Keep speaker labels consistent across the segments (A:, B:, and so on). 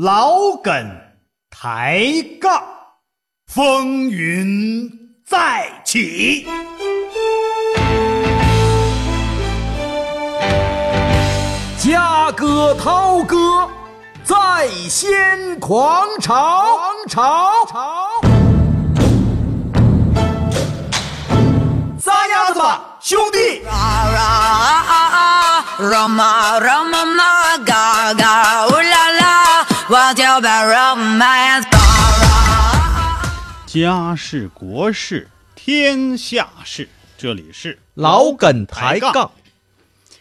A: 老梗抬杠，风云再起。
B: 嘉哥、涛哥在先狂潮，狂潮潮，
A: 撒丫子吧，兄弟！
C: Roma, Roma, ma, ga, ga, ooh la la, what's your bad romance? Para.
D: 家事国事天下事，这里是
B: 老梗
D: 抬杠。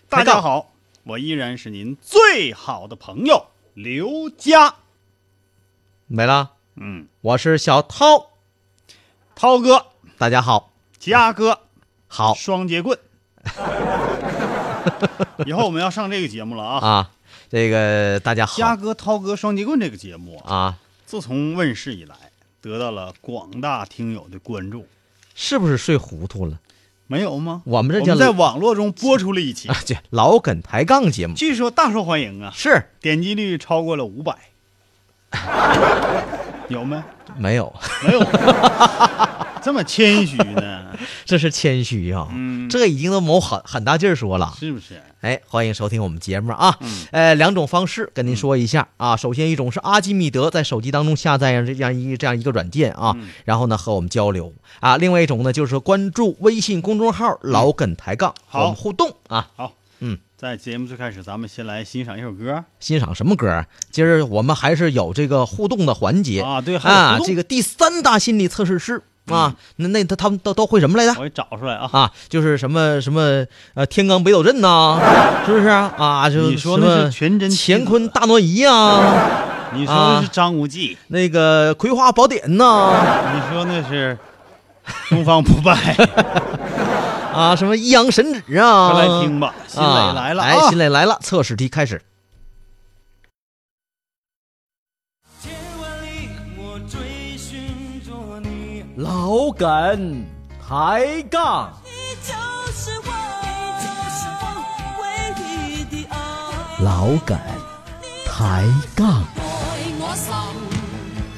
D: 大家好，我依然是您最好的朋友刘佳。
B: 没了。
D: 嗯，
B: 我是小涛，
D: 涛哥、
B: 大家好，
D: 佳哥，
B: 好
D: 双截 棍。以后我们要上这个节目了啊！
B: 啊，这个大家好
D: 佳哥、涛哥双截棍这个节目啊，
B: 啊，
D: 自从问世以来，得到了广大听友的关注，
B: 是不是睡糊涂了？
D: 没有吗？
B: 我们这
D: 我
B: 叫
D: 们在网络中播出了一期
B: 啊，，这老梗抬杠节目
D: 据说大受欢迎啊。
B: 是
D: 点击率超过了五 百，有没？
B: 没有，
D: 没有，这么谦虚 呢？
B: 这是谦虚啊，
D: 嗯
B: 这已经都卯很很大劲儿说了。
D: 是不是？
B: 哎，欢迎收听我们节目啊！
D: 嗯
B: 呃，两种方式跟您说一下、啊。首先一种是阿基米德在手机当中下载这样一这样一个软件啊，
D: 嗯
B: 然后呢和我们交流啊。另外一种呢就是说关注微信公众号“老梗抬杠”，和
D: 好
B: 我们互动啊。
D: 好，
B: 嗯，
D: 在节目最开始，咱们先来欣赏一首歌
B: 欣赏什么歌啊？今儿我们还是有这个互动的环节
D: 啊。对，还有
B: 啊
D: 互动嗯
B: 这个第三大心理测试师啊，那那他他们都都会什么来着？
D: 我给找出来啊。
B: 啊，就是什么什么呃，天罡北斗阵呐、是不是啊？啊，就
D: 你说
B: 什么
D: 那是全真七子
B: 乾坤大挪 移啊，
D: 你说那是张无忌，
B: 那个葵花宝典呐、
D: 你说那是东方不败。
B: 啊，什么一阳神指啊，
D: 快来听吧，新蕾
B: 啊
D: 来了
B: 哎，
D: 啊
B: 新！蕾来了，测试题开始。
E: 千万里，我追寻着你。
B: 老梗抬杠，
E: 你就是我，你就是我唯一的爱。
B: 老梗抬杠，
F: 爱我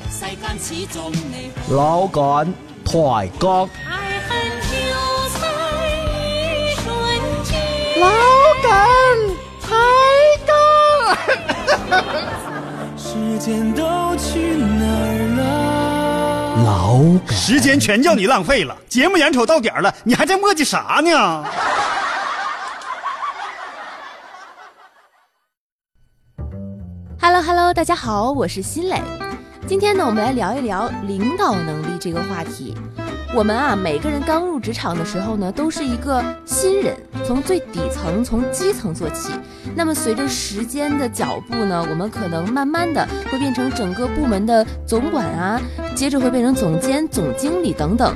F: 心，世間始終你好。
B: 老梗抬杠，
F: 爱恨就在一瞬间。
B: 老梗抬杠。
E: 时间都去哪儿了？
B: 老梗
A: 时间全叫你浪费了，节目眼瞅到点儿了，你还在磨叽啥呢？
G: Hello Hello，大家好，我是新磊。今天呢，我们来聊一聊领导能力这个话题。我们啊，每个人刚入职场的时候呢，都是一个新人，从最底层、从基层做起。那么随着时间的脚步呢，我们可能慢慢的会变成整个部门的总管啊，接着会变成总监、总经理等等。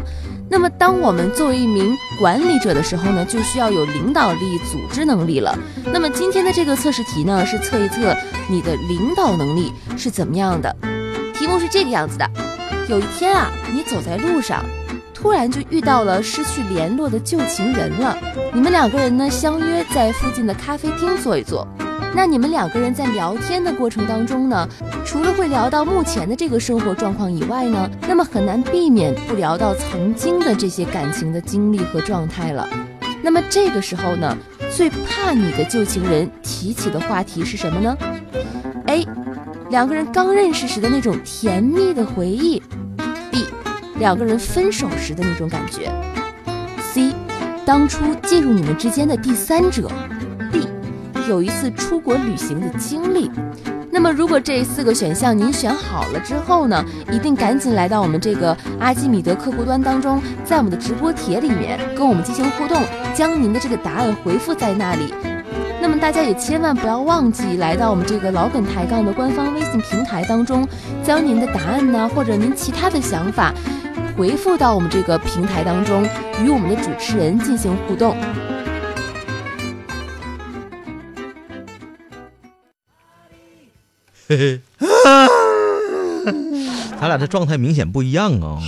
G: 那么，当我们作为一名管理者的时候呢，就需要有领导力、组织能力了。那么今天的这个测试题呢，是测一测你的领导能力是怎么样的。题目是这个样子的：有一天啊，你走在路上，突然就遇到了失去联络的旧情人了。你们两个人呢，相约在附近的咖啡厅坐一坐。那你们两个人在聊天的过程当中呢，除了会聊到目前的这个生活状况以外呢，那么很难避免不聊到曾经的这些感情的经历和状态了。那么这个时候呢，最怕你的旧情人提起的话题是什么呢？A，两个人刚认识时的那种甜蜜的回忆；B，两个人分手时的那种感觉；C，当初介入你们之间的第三者；D，有一次出国旅行的经历。那么，如果这四个选项您选好了之后呢，一定赶紧来到我们这个阿基米德客户端当中，在我们的直播帖里面跟我们进行互动，将您的这个答案回复在那里。那么大家也千万不要忘记来到我们这个老梗抬杠的官方微信平台当中，将您的答案呢，或者您其他的想法，回复到我们这个平台当中，与我们的主持人进行互动。
B: 咱俩这状态明显不一样啊、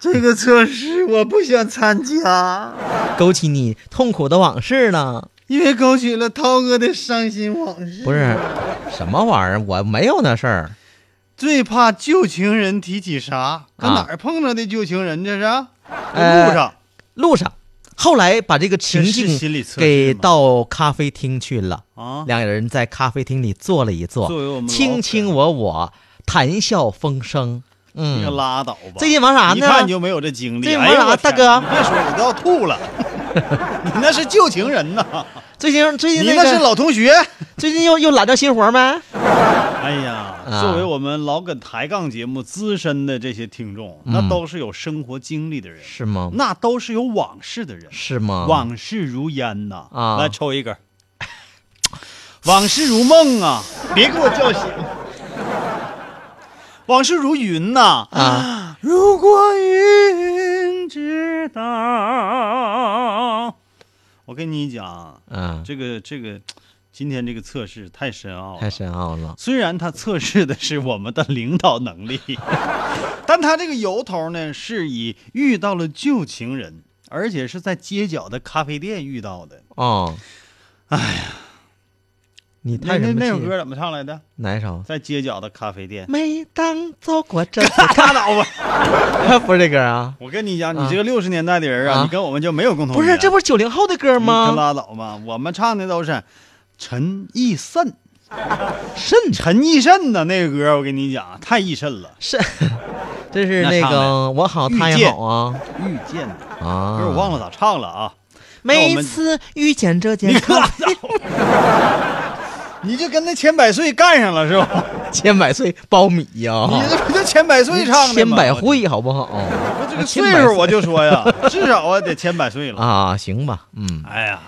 H: 这个测试我不想参加，
B: 勾起你痛苦的往事呢。
D: 因为勾起了涛哥的伤心往事。
B: 不是什么玩意儿，我没有那事儿。
D: 最怕旧情人提起啥？搁
B: 啊
D: 哪儿碰着的旧情人？这是？啊
B: 呃
D: 路上
B: 路上，后来把这个情
D: 这是
B: 境
D: 心理测试吗
B: 给到咖啡厅去了。
D: 啊，
B: 两人在咖啡厅里坐了一
D: 作
B: 坐，
D: 为我们
B: 卿卿我我，谈笑风生。
D: 你
B: 嗯，
D: 拉倒吧。
B: 最近忙啥呢
D: 一看你就没有这经历。
B: 最近
D: 哎呦
B: 忙啥
D: 我天
B: 大哥
D: 你别说，我都要吐了。 你那是旧情人呐，
B: 最近最近
D: 你
B: 那
D: 那
B: 个
D: 是老同学。
B: 最近又又揽着新活没？
D: 哎呀，
B: 啊
D: 作为我们老梗抬杠节目资深的这些听众，
B: 嗯
D: 那都是有生活经历的人，
B: 是吗？
D: 那都是有往事的人，
B: 是 吗？
D: 往事如烟呐！
B: 啊
D: 来抽一根儿， 往事如梦啊！别给我叫醒， 往事如云呐！
B: 啊，
D: 如果云知道，我跟你讲，
B: 嗯，
D: 这个这个，今天这个测试太深奥了，
B: 太深奥了。
D: 虽然他测试的是我们的领导能 力，但他这个由头呢，是以遇到了旧情人，而且是在街角的咖啡店遇到的。
B: 哦，哎呀，你
D: 那
B: 叹
D: 那
B: 什么
D: 那首
B: 气？
D: 歌怎么唱来的？
B: 哪首？
D: 在街角的咖啡店。
B: 每当走过这
D: 拉倒吧！
B: 不是这歌啊？
D: 我跟你讲，
B: 啊
D: 你这个六十年代的人 啊，
B: 啊
D: 你跟我们就没有共同
B: 不
D: 语
B: 是，
D: 言
B: 这不是九零后的歌
D: 你可
B: 吗？
D: 拉倒吧！我们唱的都是陈奕迅，
B: 甚
D: 陈奕迅呐，那个歌我跟你讲，太奕迅了，
B: 是，这是
D: 那
B: 那
D: 唱
B: 个我好他
D: 遇
B: 也
D: 见
B: 好啊
D: 遇见的，
B: 啊！
D: 可是我忘了咋唱了啊！那我
B: 每
D: 们
B: 次遇见这件
D: 你可
B: 咖
D: 拉倒！ 你就跟那千百岁干上了是吧？
B: 千百岁苞米呀、
D: 你这不就千百岁唱的吗？
B: 啊千百惠好不好？
D: 我这个
B: 千
D: 岁
B: 百
D: 数我就说 呀，至少啊得千百岁了。
B: 啊，行吧，嗯，
D: 哎呀，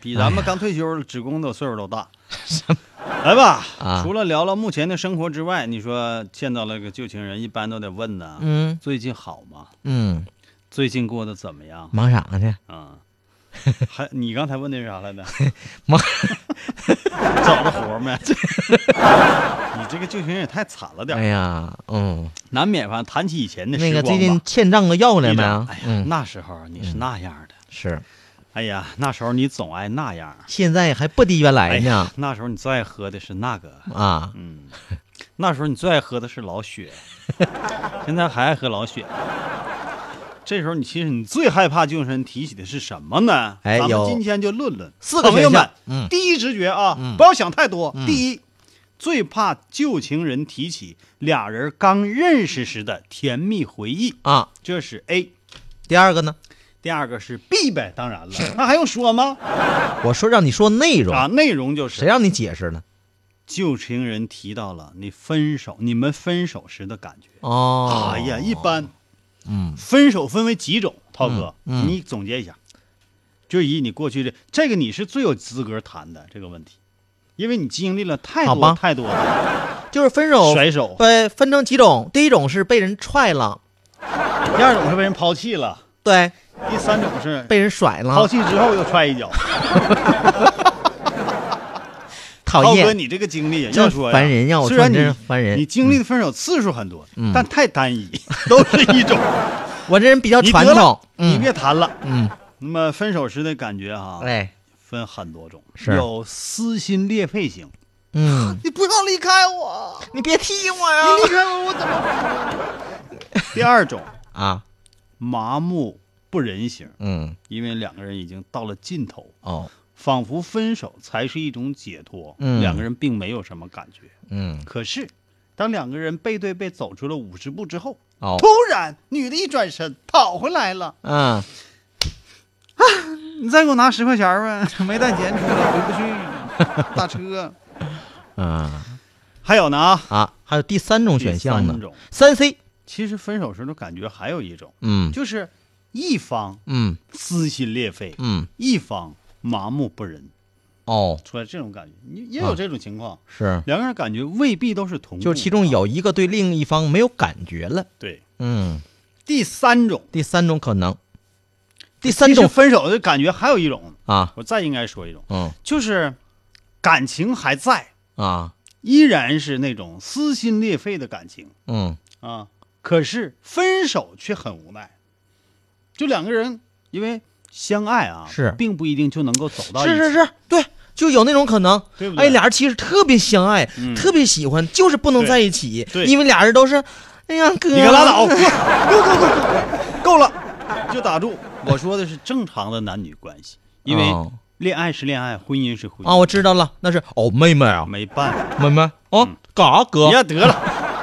D: 比咱们刚退休的职工都岁数都 大。来吧，
B: 啊
D: 除了聊聊目前的生活之外，你说见到了个旧情人，一般都得问呢，
B: 嗯
D: 最近好吗？
B: 嗯，
D: 最近过得怎么样
B: 忙啥呢？
D: 啊？还你刚才问的是啥来着？
B: 忙
D: 找着活没？你这个旧情人也太惨了点儿
B: 哎，呀，嗯，
D: 难免吧？谈起以前的时
B: 那个
D: 光吧
B: 最近欠账个要来
D: 一
B: 没
D: 整
B: 啊
D: 哎？呀，
B: 嗯，
D: 那时候你是那样的，
B: 是，
D: 哎呀，那时候你总爱那样，
B: 现在还不敌原来呢
D: 呀，那时候你最爱喝的是那个，
B: 啊！
D: 嗯，那时候你最爱喝的是老雪， 现在还爱喝老雪。这时候你其实你最害怕救生提起的是什么呢？
B: 哎
D: 咱们
B: 有
D: 今天就论论
B: 四个
D: 朋友
B: 选项
D: 们，
B: 嗯
D: 第一直觉啊，
B: 嗯
D: 不要想太多。
B: 嗯
D: 第一，最怕旧情人提起俩人刚认识时的甜蜜回忆，
B: 啊，
D: 这是 A。
B: 第二个呢？
D: 第二个是 B 呗，当然了，那还用说吗？
B: 我说让你说内容，
D: 啊，内容就
B: 谁
D: 是
B: 让你解释了？
D: 旧情人提到了你分手，你们分手时的感觉。
B: 哦，
D: 哎呀，一般
B: 嗯，
D: 分手分为几种，涛哥，
B: 嗯嗯
D: 你总结一下，就以你过去的这个，你是最有资格谈的这个问题，因为你经历了太
B: 好吧
D: 多太多的
B: 就是分手
D: 甩手，
B: 分分成几种，第一种是被人踹了，
D: 第二种是被人抛弃了，
B: 对，
D: 第三种是
B: 被人甩
D: 抛
B: 了，
D: 弃之后又踹一脚。
B: 讨
D: 涛哥，
B: 厌，
D: 你这个经历
B: 真
D: 要说呀
B: 烦人呀我
D: 虽然
B: 说真
D: 你
B: 是烦人
D: 你经历的分手次数很多，
B: 嗯
D: 但太单一， 都是一种。
B: 我这人比较
D: 你
B: 传
D: 得了
B: 统，
D: 你
B: 嗯
D: 别谈了。
B: 嗯，
D: 那么分手时的感觉哈，
B: 哎，
D: 分很多种，
B: 是
D: 有撕心裂肺型。
B: 嗯，
D: 你不要离开我，
B: 你别踢我呀，
D: 离开我，我怎么？ 第二种
B: 啊，
D: 麻木不仁型，
B: 嗯，
D: 因为两个人已经到了尽头，
B: 哦，
D: 仿佛分手才是一种解脱。
B: 嗯
D: 两个人并没有什么感觉。
B: 嗯，
D: 可是，当两个人背对背走出了五十步之后，
B: 哦
D: 突，然女的一转身跑回来了，
B: 嗯，
D: 你再给我拿十块钱儿呗，没带钱出来回不去，打 车。
B: 嗯
D: 还有呢啊，
B: 啊，还有第三种
D: 第
B: 选项呢
D: 三，种
B: 三 C，
D: 其实分手时的感觉还有一种，
B: 嗯
D: 就是一方
B: 嗯
D: 撕心裂肺，
B: 嗯，
D: 一方麻木不仁，
B: 哦，
D: 出来这种感觉，你也有这种情况，
B: 是，
D: 两个人感觉未必都是同步的，
B: 啊就是其中有一个对另一方没有感觉了，
D: 对
B: 嗯，
D: 第三种，
B: 第三种可能，第三
D: 其实
B: 种
D: 分手的感觉还有一种，
B: 啊，
D: 我再应该说一种，
B: 嗯
D: 就是感情还在，
B: 啊，
D: 依然是那种撕心裂肺的感情
B: 嗯
D: 啊，可是分手却很无奈，就两个人因为相爱啊，
B: 是
D: 并不一定就能够走到一
B: 是
D: 起。
B: 是是，对，就有那种可能。
D: 对不对
B: 哎，俩人其实特别相爱，
D: 嗯
B: 特别喜欢，就是不能
D: 对
B: 在一起，
D: 对
B: 因为俩人都是，哎呀哥，
D: 你可拉倒，够 够够够够了，就打住。我说的是正常的男女关系，因为
B: 哦
D: 恋爱是恋爱，婚姻是婚姻
B: 啊！我知道了，那是哦，妹妹啊，
D: 没办法，
B: 妹妹哦，干啥
D: 嗯你
B: 哥
D: 也得了。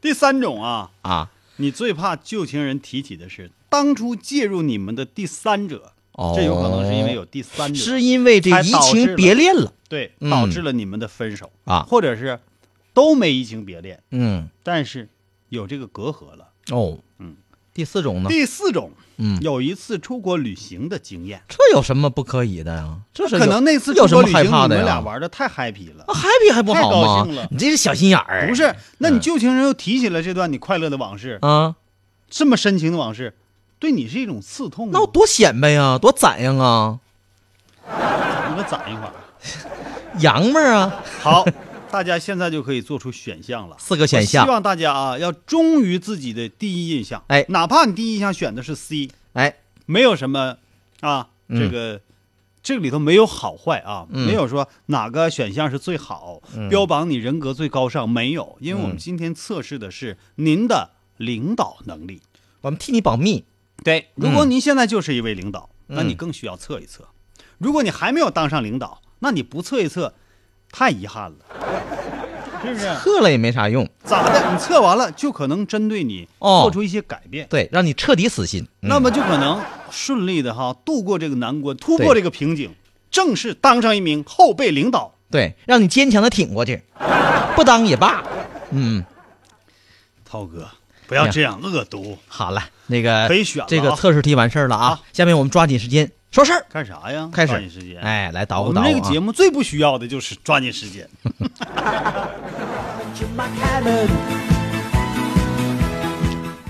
D: 第三种啊，
B: 啊？
D: 你最怕旧情人提起的是当初介入你们的第三者，
B: 哦，
D: 这有可能是因为有第三者，
B: 是因为这
D: 才
B: 移
D: 导致
B: 情
D: 了
B: 别恋了
D: 对
B: 嗯
D: 导致了你们的分手
B: 啊？
D: 或者是都没移情别恋，
B: 嗯，
D: 但是有这个隔阂了。
B: 哦，
D: 嗯，
B: 第四种呢？
D: 第四种，
B: 嗯，
D: 有一次出国旅行的经验。
B: 这有什么不可以的呀？这是
D: 可
B: 有
D: 能那次
B: 有
D: 出
B: 什
D: 国
B: 么
D: 旅行
B: 害
D: 你
B: 怕的
D: 们
B: 呀？
D: 俩玩的太 happy 了
B: 啊，happy 还不
D: 太高
B: 好
D: 兴
B: 吗
D: 了？
B: 你这是小心眼儿，
D: 不是？那你
B: 嗯
D: 旧情人又提起了这段你快乐的往事，
B: 啊？
D: 这么深情的往事，对你是一种刺痛啊吗。
B: 那我多显摆呀，多攒样啊，
D: 你们攒一会儿。
B: 洋们儿啊，
D: 好，大家现在就可以做出选项了。
B: 四个选
D: 我希
B: 项，
D: 望大家啊，要忠于自己的第一印象。
B: 哎
D: 哪怕你第一印象选的是 C，
B: 哎，
D: 没有什么啊，
B: 嗯
D: 这个、这个里头没有好坏啊，
B: 嗯
D: 没有说哪个选项是最好，标榜你人格最高尚，没有，因为我们
B: 嗯
D: 今天测试的是您的领导能力。
B: 我们替你保密。
D: 对，如果您现在就是一位领导，那你
B: 嗯
D: 更需要测一测。如果你还没有当上领导，那你不测一测，太遗憾 了，是不是？
B: 刻了也没啥用，
D: 咋的？你测完了就可能针对你
B: 哦
D: 做出一些改变，
B: 对，让你彻底死心。嗯
D: 那么就可能顺利的哈度过这个难关，突破
B: 对
D: 这个瓶颈，正式当上一名后备领导。
B: 对，让你坚强的挺过去，不当也罢。嗯，
D: 涛哥，不要
B: 呀
D: 这样恶毒，
B: 好了，那个
D: 可以选了啊
B: 这个测试题完事儿了啊
D: 好，
B: 下面我们抓紧时间说事儿，
D: 干啥呀？
B: 开始
D: 抓紧时间。，
B: 哎，来捣
D: 我
B: 鼓
D: 们
B: 捣
D: 这个
B: 鼓
D: 节
B: 啊。
D: 目最不需要的就是抓紧时间。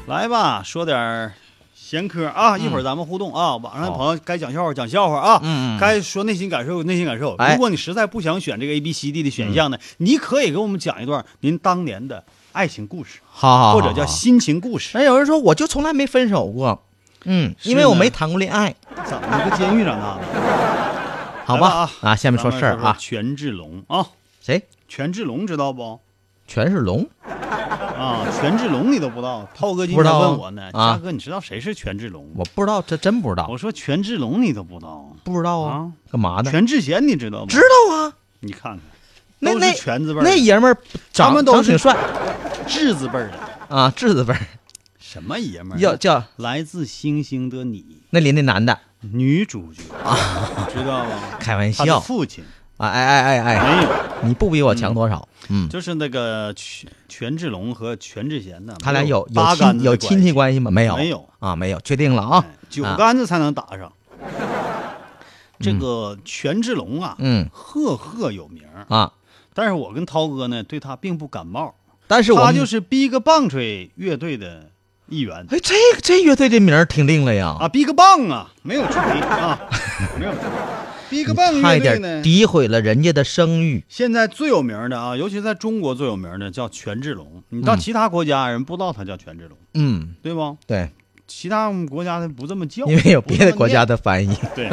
D: 来吧，说点儿闲嗑啊，一会儿咱们互动啊。网上
B: 嗯好
D: 朋友该讲笑话讲笑话啊，
B: 嗯嗯嗯
D: 该说内心感受内心感受。
B: 哎嗯
D: 如果你实在不想选这个 A B C D 的选项呢，你可以给我们讲一段您当年的爱情故事，
B: 好好，好
D: 或者叫
B: 好
D: 心情故事。
B: 那有人说我就从来没分手过，嗯，
D: 是啊
B: 因为我
D: 呢
B: 没谈过恋爱，
D: 怎么个监狱长大的？
B: 好
D: 来
B: 吧
D: 吧？
B: 啊，下面说事儿
D: 咱们
B: 啊，
D: 权志龙啊，
B: 谁？
D: 权志龙知道不？
B: 全是龙，
D: 啊，权志龙你都不知道？涛哥今
B: 不
D: 天
B: 知道啊
D: 问我呢，
B: 啊
D: 嘉哥，你知道谁是权志龙吗？
B: 我不知道，这真不知道
D: 我，说权志龙你都不知道
B: 不知道啊
D: 啊，
B: 干嘛呢？
D: 权志贤你知道吗？
B: 知道啊，
D: 你看看，
B: 那
D: 都
B: 那
D: 是权字辈儿的
B: 那爷们儿
D: 他
B: 长
D: 们都
B: 长
D: 是
B: 挺帅
D: 志字辈儿的，
B: 啊，质子辈儿，
D: 什么爷们儿？
B: 叫叫
D: 来自星星的你，
B: 那里那男的，
D: 女主角知道吗？
B: 开玩
D: 他的
B: 啊笑
D: 父亲
B: 啊，哎哎哎哎，
D: 没有，
B: 你不比我强多少？嗯，
D: 就是那个权权志龙和权志贤呢，
B: 他俩有有
D: 八竿
B: 亲
D: 子
B: 有
D: 的
B: 亲戚
D: 系
B: 关系吗？没有，
D: 没有
B: 啊，没有，确定了啊
D: 哎，九
B: 啊
D: 竿子才能打上。这个权志龙啊，
B: 嗯
D: 赫赫有名儿，
B: 啊，
D: 但是我跟涛哥呢对他并不感冒，
B: 但是我
D: 他
B: 们
D: 就是 Big Bang 锤乐队的一员
B: 哎，这个这乐队这名儿挺另类呀，
D: 啊，Big Bang 啊，没有锤 啊，没有锤。Big Bang
B: 差
D: 乐
B: 一点
D: 队呢，
B: 诋毁了人家的声誉。
D: 现在最有名的啊，尤其在中国最有名的叫权志龙，你到
B: 嗯
D: 其他国家人不知道他叫权志龙，
B: 嗯，
D: 对不？
B: 对，
D: 其他国家他不这么叫，
B: 因为有别的国家
D: 的。
B: 的翻译，
D: 对，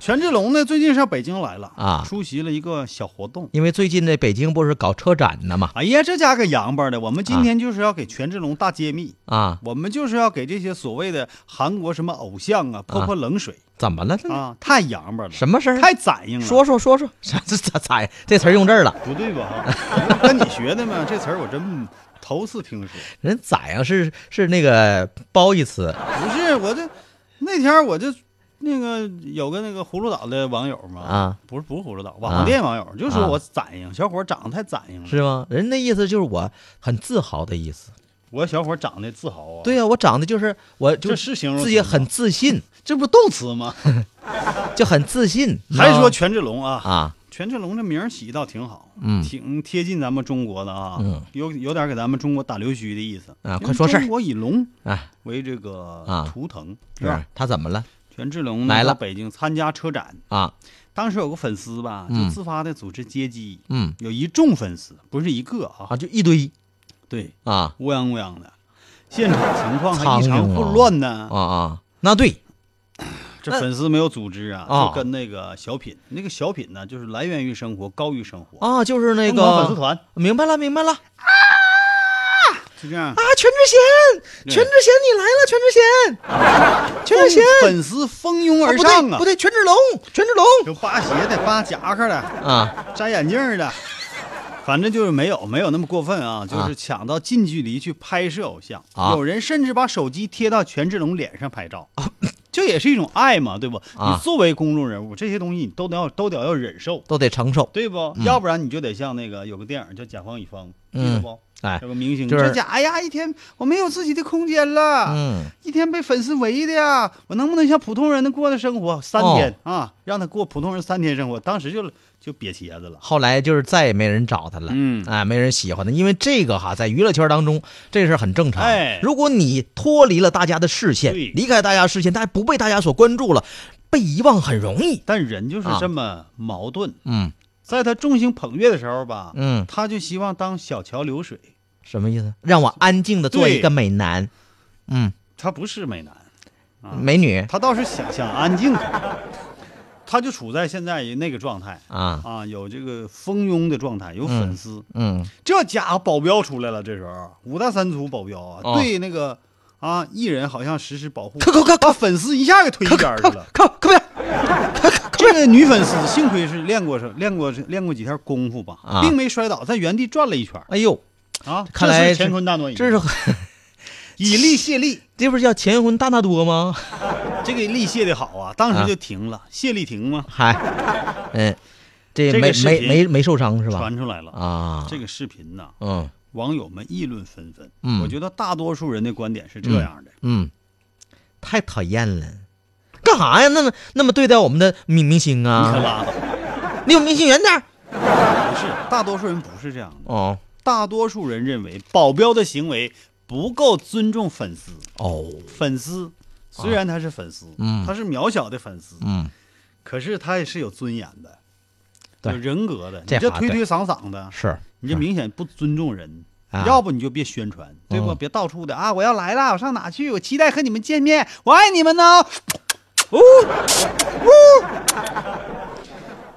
D: 权志龙呢，最近上北京来了
B: 啊
D: 出席了一个小活动。
B: 因为最近这北京不是搞车展呢嘛，
D: 哎呀，这家个洋巴的，我们今天就是要给权志龙大揭秘，
B: 啊，
D: 我们就是要给这些所谓的韩国什么偶像啊泼泼冷水
B: 怎么了
D: 啊
B: 这？
D: 太洋巴了，
B: 什么事儿？
D: 太攒硬了，
B: 说说说说，啥这咋咋呀？这词儿用这儿了，
D: 不对吧？哈， 跟你学的嘛，这词儿我真头次听说。
B: 人咋样是是那个褒义词，
D: 不是我这那天我就那个有个那个葫芦岛的网友嘛
B: 啊，
D: 不是不是葫芦岛，网红店网友、就说我攒硬，小伙长得太攒硬了，
B: 是吗？人那意思就是我很自豪的意思。
D: 我小伙长得自豪啊，
B: 对呀、我长得就是我就
D: 这是形容
B: 自己
D: 词吗
B: 很自信，
D: 这不动词吗？
B: 就很自信。你知
D: 还
B: 道
D: 说
B: 吗
D: 权志龙啊，
B: 啊？
D: 权志龙这名儿起倒挺好，
B: 嗯
D: 挺贴近咱们中国的啊，
B: 嗯
D: 有有点给咱们中国打溜须的意思
B: 啊
D: 因为
B: 快说事儿
D: 中国以龙
B: 啊，
D: 为这个
B: 啊
D: 图腾，是
B: 是
D: 吧？
B: 他怎么了
D: 权志龙呢
B: 来了
D: 到北京参加车展，
B: 啊？
D: 当时有个粉丝吧，
B: 嗯
D: 就自发的组织接机，
B: 嗯
D: 有一众粉丝，不是一个啊，
B: 啊，就一堆
D: 对，
B: 啊
D: 乌泱乌泱的，现场情况还
B: 苍
D: 异常
B: 蝇啊
D: 混乱呢。
B: 啊啊，那对，
D: 这
B: 那
D: 粉丝没有组织啊，
B: 啊
D: 就跟那个小品，那个小品呢，就是来源于生活，高于生活。
B: 啊，就是那
D: 疯狂粉丝
B: 个，
D: 团
B: 明白了，明白了啊！
D: 就这样，
B: 全智贤，
D: 对
B: 全智贤，你来了，全智贤，全智贤，
D: 粉丝蜂拥
B: 啊
D: 而
B: 不
D: 上
B: 对，
D: 啊
B: 不！对，权志龙，权志龙
D: 有扒鞋的，扒夹克的，
B: 啊
D: 摘眼镜的，反正就是没有没有那么过分啊，就
B: 啊
D: 是抢到近距离去拍摄偶像。
B: 啊
D: 有人甚至把手机贴到权志龙脸上拍照， 这也是一种爱嘛，对不？
B: 啊
D: 你作为公众人物，这些东西你都得要都得要忍受。
B: 都得承受。
D: 对不？要不然你就得像那个有个电影叫《甲方乙方》，记得
B: 嗯
D: 不？
B: 哎
D: 有，个明星，
B: 就是
D: 这家哎呀，一天我没有自己的空间了，
B: 嗯，
D: 一天被粉丝围的呀，我能不能像普通人的过的生活三
B: 哦
D: 天、啊？让他过普通人三天生活，当时就就瘪茄子了。
B: 后来就是再也没人找他了。
D: 嗯
B: 哎，没人喜欢他，因为这个哈，在娱乐圈当中，这是很正常。
D: 哎
B: 如果你脱离了大家的视线
D: 对，
B: 离开大家视线，大家不被大家所关注了，被遗忘很容易。
D: 但人就是
B: 啊
D: 这么矛盾，
B: 嗯
D: 在他众星捧月的时候吧，
B: 嗯，
D: 他就希望当小桥流水，
B: 什么意思？让我安静的做
D: 对
B: 一个美男，嗯，
D: 他不是美男，啊
B: 美女
D: 他倒是想想安静的，他就处在现在那个状态
B: 啊，
D: 啊，有这个蜂拥的状态，有粉丝。
B: 嗯，
D: 这家伙保镖出来了，这时候啊五大三粗保镖啊，
B: 哦
D: 对那个啊艺人好像实施保护，
B: 靠靠靠靠
D: 把粉丝一下给推一边儿去了。
B: 靠靠边
D: 这个女粉丝幸亏是练过是练过是练过几天功夫吧，
B: 啊
D: 并没摔倒，在原地转了一圈儿
B: 哎呦，
D: 啊。
B: 看来
D: 这
B: 是
D: 是乾坤大挪移，
B: 这是
D: 以力谢力，
B: 这不是叫乾坤大大多吗？
D: 这个力谢的好啊，当时就停了，谢丽婷嘛
B: 嗨，嗯，这
D: 这个
B: 没
D: 视
B: 没
D: 频
B: 没没受伤是吧
D: 传？出来了。
B: 啊，
D: 这个视频呐，
B: 嗯
D: 网友们议论纷纷。
B: 嗯
D: 我觉得大多数人的观点是这样的，
B: 嗯，太讨厌了，干啥呀？那么那么对待我们的明明星
D: 你可
B: 啊，
D: 拉倒，
B: 离我们明星远点儿
D: 不是，大多数人不是这样的。
B: 哦
D: 大多数人认为保镖的行为不够尊重粉丝。
B: 哦，
D: 粉丝虽然他是粉丝，
B: 嗯
D: 他是渺小的粉丝，
B: 嗯，
D: 可是他也是有尊严的，
B: 对
D: 有人格的。你
B: 这
D: 这
B: 话
D: 推
B: 对
D: 推搡搡的，
B: 是
D: 你这明显不尊重人。
B: 啊
D: 要不你就别宣传，对不？
B: 嗯
D: 别到处的啊！我要来了，我上哪去？我期待和你们见面，我爱你们呢。呜呜，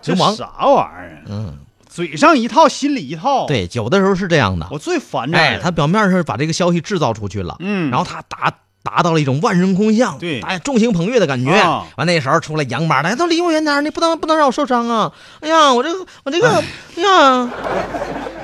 D: 这
B: 流氓
D: 啥玩意儿？
B: 嗯，
D: 嘴上一套，心里一套。，
B: 对，有的时候是这样的。
D: 我最烦这样
B: 哎，
D: 人。
B: 他表面上把这个消息制造出去了，
D: 嗯
B: 然后他达达到了一种万人空巷，
D: 对
B: 大家众星捧月的感觉。
D: 啊
B: 完那时候出来洋巴的，都离我远点儿，你不能不能让我受伤啊！哎呀，我这个我这个，哎呀，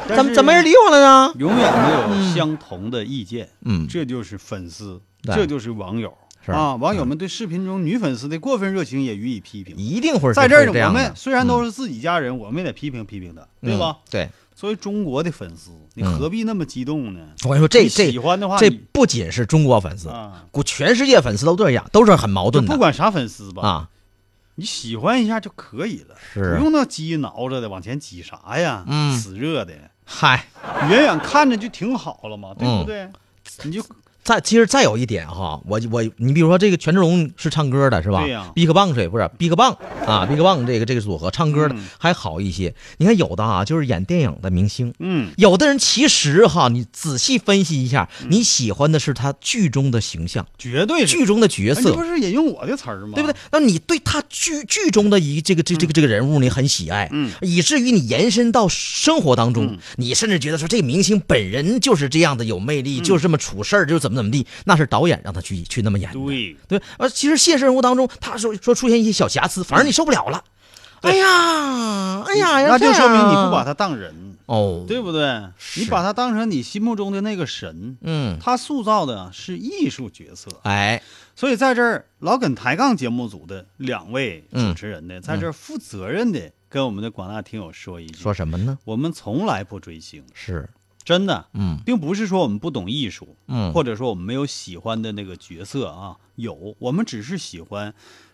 D: 但
B: 怎么
D: 是
B: 怎么没人理我了呢？
D: 永远没有相同的意见，
B: 嗯
D: 这就是粉丝，
B: 对
D: 这就是网友
B: 是嗯
D: 啊。网友们对视频中女粉丝的过分热情也予以批评。
B: 一定会
D: 在
B: 这
D: 这儿呢，
B: 这
D: 我
B: 样的
D: 们虽然都是自己家人，我们也得批评批评他，对吧？
B: 嗯对，
D: 作为中国的粉丝，你何必那么激动呢？
B: 我跟你说，这
D: 你
B: 这
D: 喜欢的话
B: 这
D: 你
B: 不仅是中国粉丝
D: 啊，
B: 古全世界粉丝都这样，都是很矛
D: 就
B: 盾
D: 不
B: 的
D: 管啥粉丝吧，
B: 啊。
D: 你喜欢一下就可以了，
B: 是
D: 不用那激挠着的往前挤啥呀？
B: 嗯
D: 死热的，
B: 嗨，
D: 远远看着就挺好了嘛，对
B: 嗯
D: 不对？你就
B: 再其实再有一点哈，我我你比如说这个权志龙是唱歌的是吧？
D: 对呀
B: b i g Bang 是不是 Big Bang 啊？Big Bang 这个这个组合唱歌的
D: 嗯
B: 还好一些。你看有的啊，就是演电影的明星，
D: 嗯，
B: 有的人其实哈，你仔细分析一下，你喜欢的是他剧中的形象，
D: 绝嗯对是
B: 剧中的角
D: 哎这
B: 色
D: 不。是引用我的词儿吗？
B: 对不对？？那你对他剧剧中的一这个这这个这个人物，你很喜爱，
D: 嗯
B: 以至于你延伸到生活当中，
D: 嗯
B: 你甚至觉得说这个明星本人就是这样的有魅
D: 嗯
B: 力，就是这么处事儿，就是怎么怎么地，那是导演让他去去那么演的。
D: 对，
B: 对，而其实现实生活当中，他说说出现一些小瑕疵，反而你受不了了。哎呀，哎呀，
D: 嗯
B: 要
D: 那就
B: 这
D: 说明
B: 样
D: 你不把他当人，
B: 哦，
D: 啊对不对？
B: 是
D: 你把他当成你心目中的那个神，
B: 嗯，
D: 他塑造的是艺术角色。
B: 哎，
D: 所以在这儿，老耿抬杠节目组的两位主持人呢，在这儿负责任的跟我们的广大听友说一句：
B: 说什么呢？
D: 我们从来不追星，
B: 是，
D: 真的，
B: 嗯
D: 并不是说我们不懂艺术，
B: 嗯，
D: 或者说我们没有喜欢的那个角色啊，有，我们只是喜欢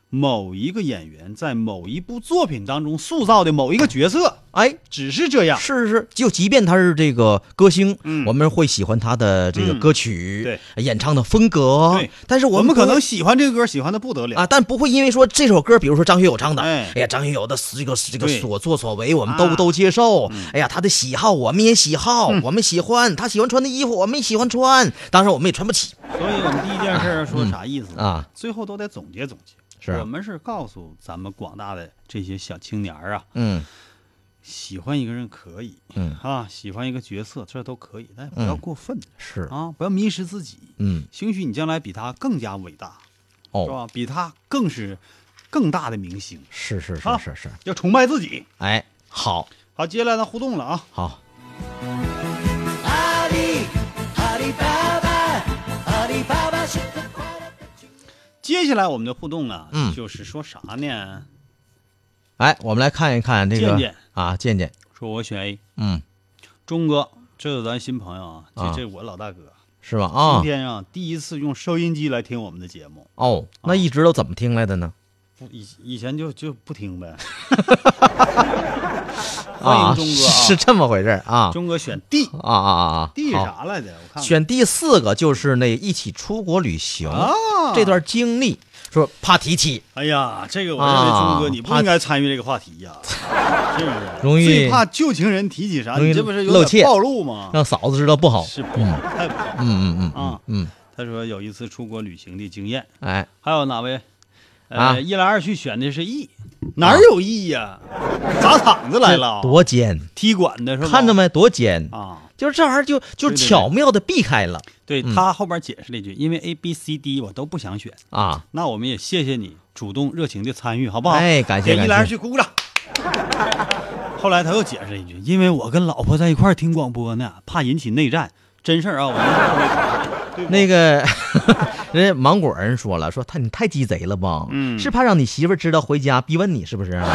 D: 某一个演员在某一部作品当中塑造的某一个角色，
B: 哎，
D: 只是这样。
B: 是是是，就即便他是这个歌星，
D: 嗯
B: 我们会喜欢他的这个歌曲
D: 嗯、
B: 演唱的风格
D: 对，
B: 但是
D: 我
B: 们
D: 们可
B: 不
D: 能
B: 会
D: 喜欢这个歌，喜欢的不得了
B: 啊，但不会因为说这首歌，比如说张学友唱的，
D: 哎
B: 呀，张学友的这个这个
D: 对
B: 所作所为，我们都、
D: 啊嗯
B: 都接受。哎呀，他的喜好我们也喜好，我们喜欢他喜欢穿的衣服，我们也喜欢穿，当然我们也穿不起
D: 所以我们第一件事儿说啥意思
B: 啊，
D: 最后都得总结总结。
B: 是啊
D: 我们是告诉咱们广大的这些小青年儿啊，
B: 嗯
D: 喜欢一个人可以
B: 嗯
D: 啊，喜欢一个角色这都可以，但不要
B: 嗯
D: 过分、
B: 是
D: 啊，不要迷失自己。
B: 嗯
D: 兴许你将来比他更加伟大，是
B: 哦
D: 吧？比他更是更大的明星，
B: 是是是
D: 啊
B: 是是，
D: 要崇拜自己。
B: 哎好
D: 好，接下来咱互动了啊。
B: 好
D: 接下来我们的互动啊，
B: 嗯
D: 就是说啥呢？
B: 哎，我们来看一看这个
D: 健健
B: 啊健健
D: 说我选 A，
B: 嗯
D: 钟哥，这是咱新朋友啊，这
B: 啊
D: 这我老大哥，
B: 是吧啊
D: 今天啊第一次用收音机来听我们的节目，
B: 哦那一直都怎么听来的呢
D: 不以以前就就不听呗。
B: 啊
D: 欢迎钟哥啊
B: 是 这么回事儿啊
D: 钟哥选 D，
B: 啊啊啊啊
D: D 是
B: 好
D: 啥来着？我看看
B: 选第四个就是那一起出国旅行、
D: 啊，
B: 这。段经历，说怕提起，
D: 哎呀，这个我认为钟哥
B: 啊
D: 你不
B: 怕
D: 应该参与这个话题 呀，是不是？
B: 容易
D: 最怕旧情人提起啥，
B: 容易
D: 你这不是有
B: 露
D: 点
B: 怯嗯
D: 暴露吗？
B: 让嫂子知道不好。
D: 是不好，太不好。
B: 嗯嗯嗯
D: 啊
B: 嗯嗯，
D: 他说有一次出国旅行的经验，
B: 哎，
D: 还有哪位？
B: 啊
D: 呃，一来二去选的是 E，哪儿有 E 呀？砸场子来了，
B: 多尖，
D: 踢馆的是吧？
B: 看着没？多尖，
D: 啊，
B: 就是这玩意儿就就
D: 对对对
B: 巧妙的避开了
D: 对
B: 嗯
D: 他后边解释了一句，因为 A、B、C、D 我都不想选，
B: 啊。
D: 那我们也谢谢你主动热情的参与，好不好？
B: 哎，感
D: 给
B: 谢
D: 一
B: 感
D: 来二
B: 谢。
D: 去鼓鼓掌。 后来他又解释了一句，因为我跟老婆在一块儿听广播呢，怕引起内战，真事儿啊，我们
B: 那个 人家芒果人说了，说他你太鸡贼了吧？
D: 嗯
B: 是怕让你媳妇儿知道回家逼问你是不是啊？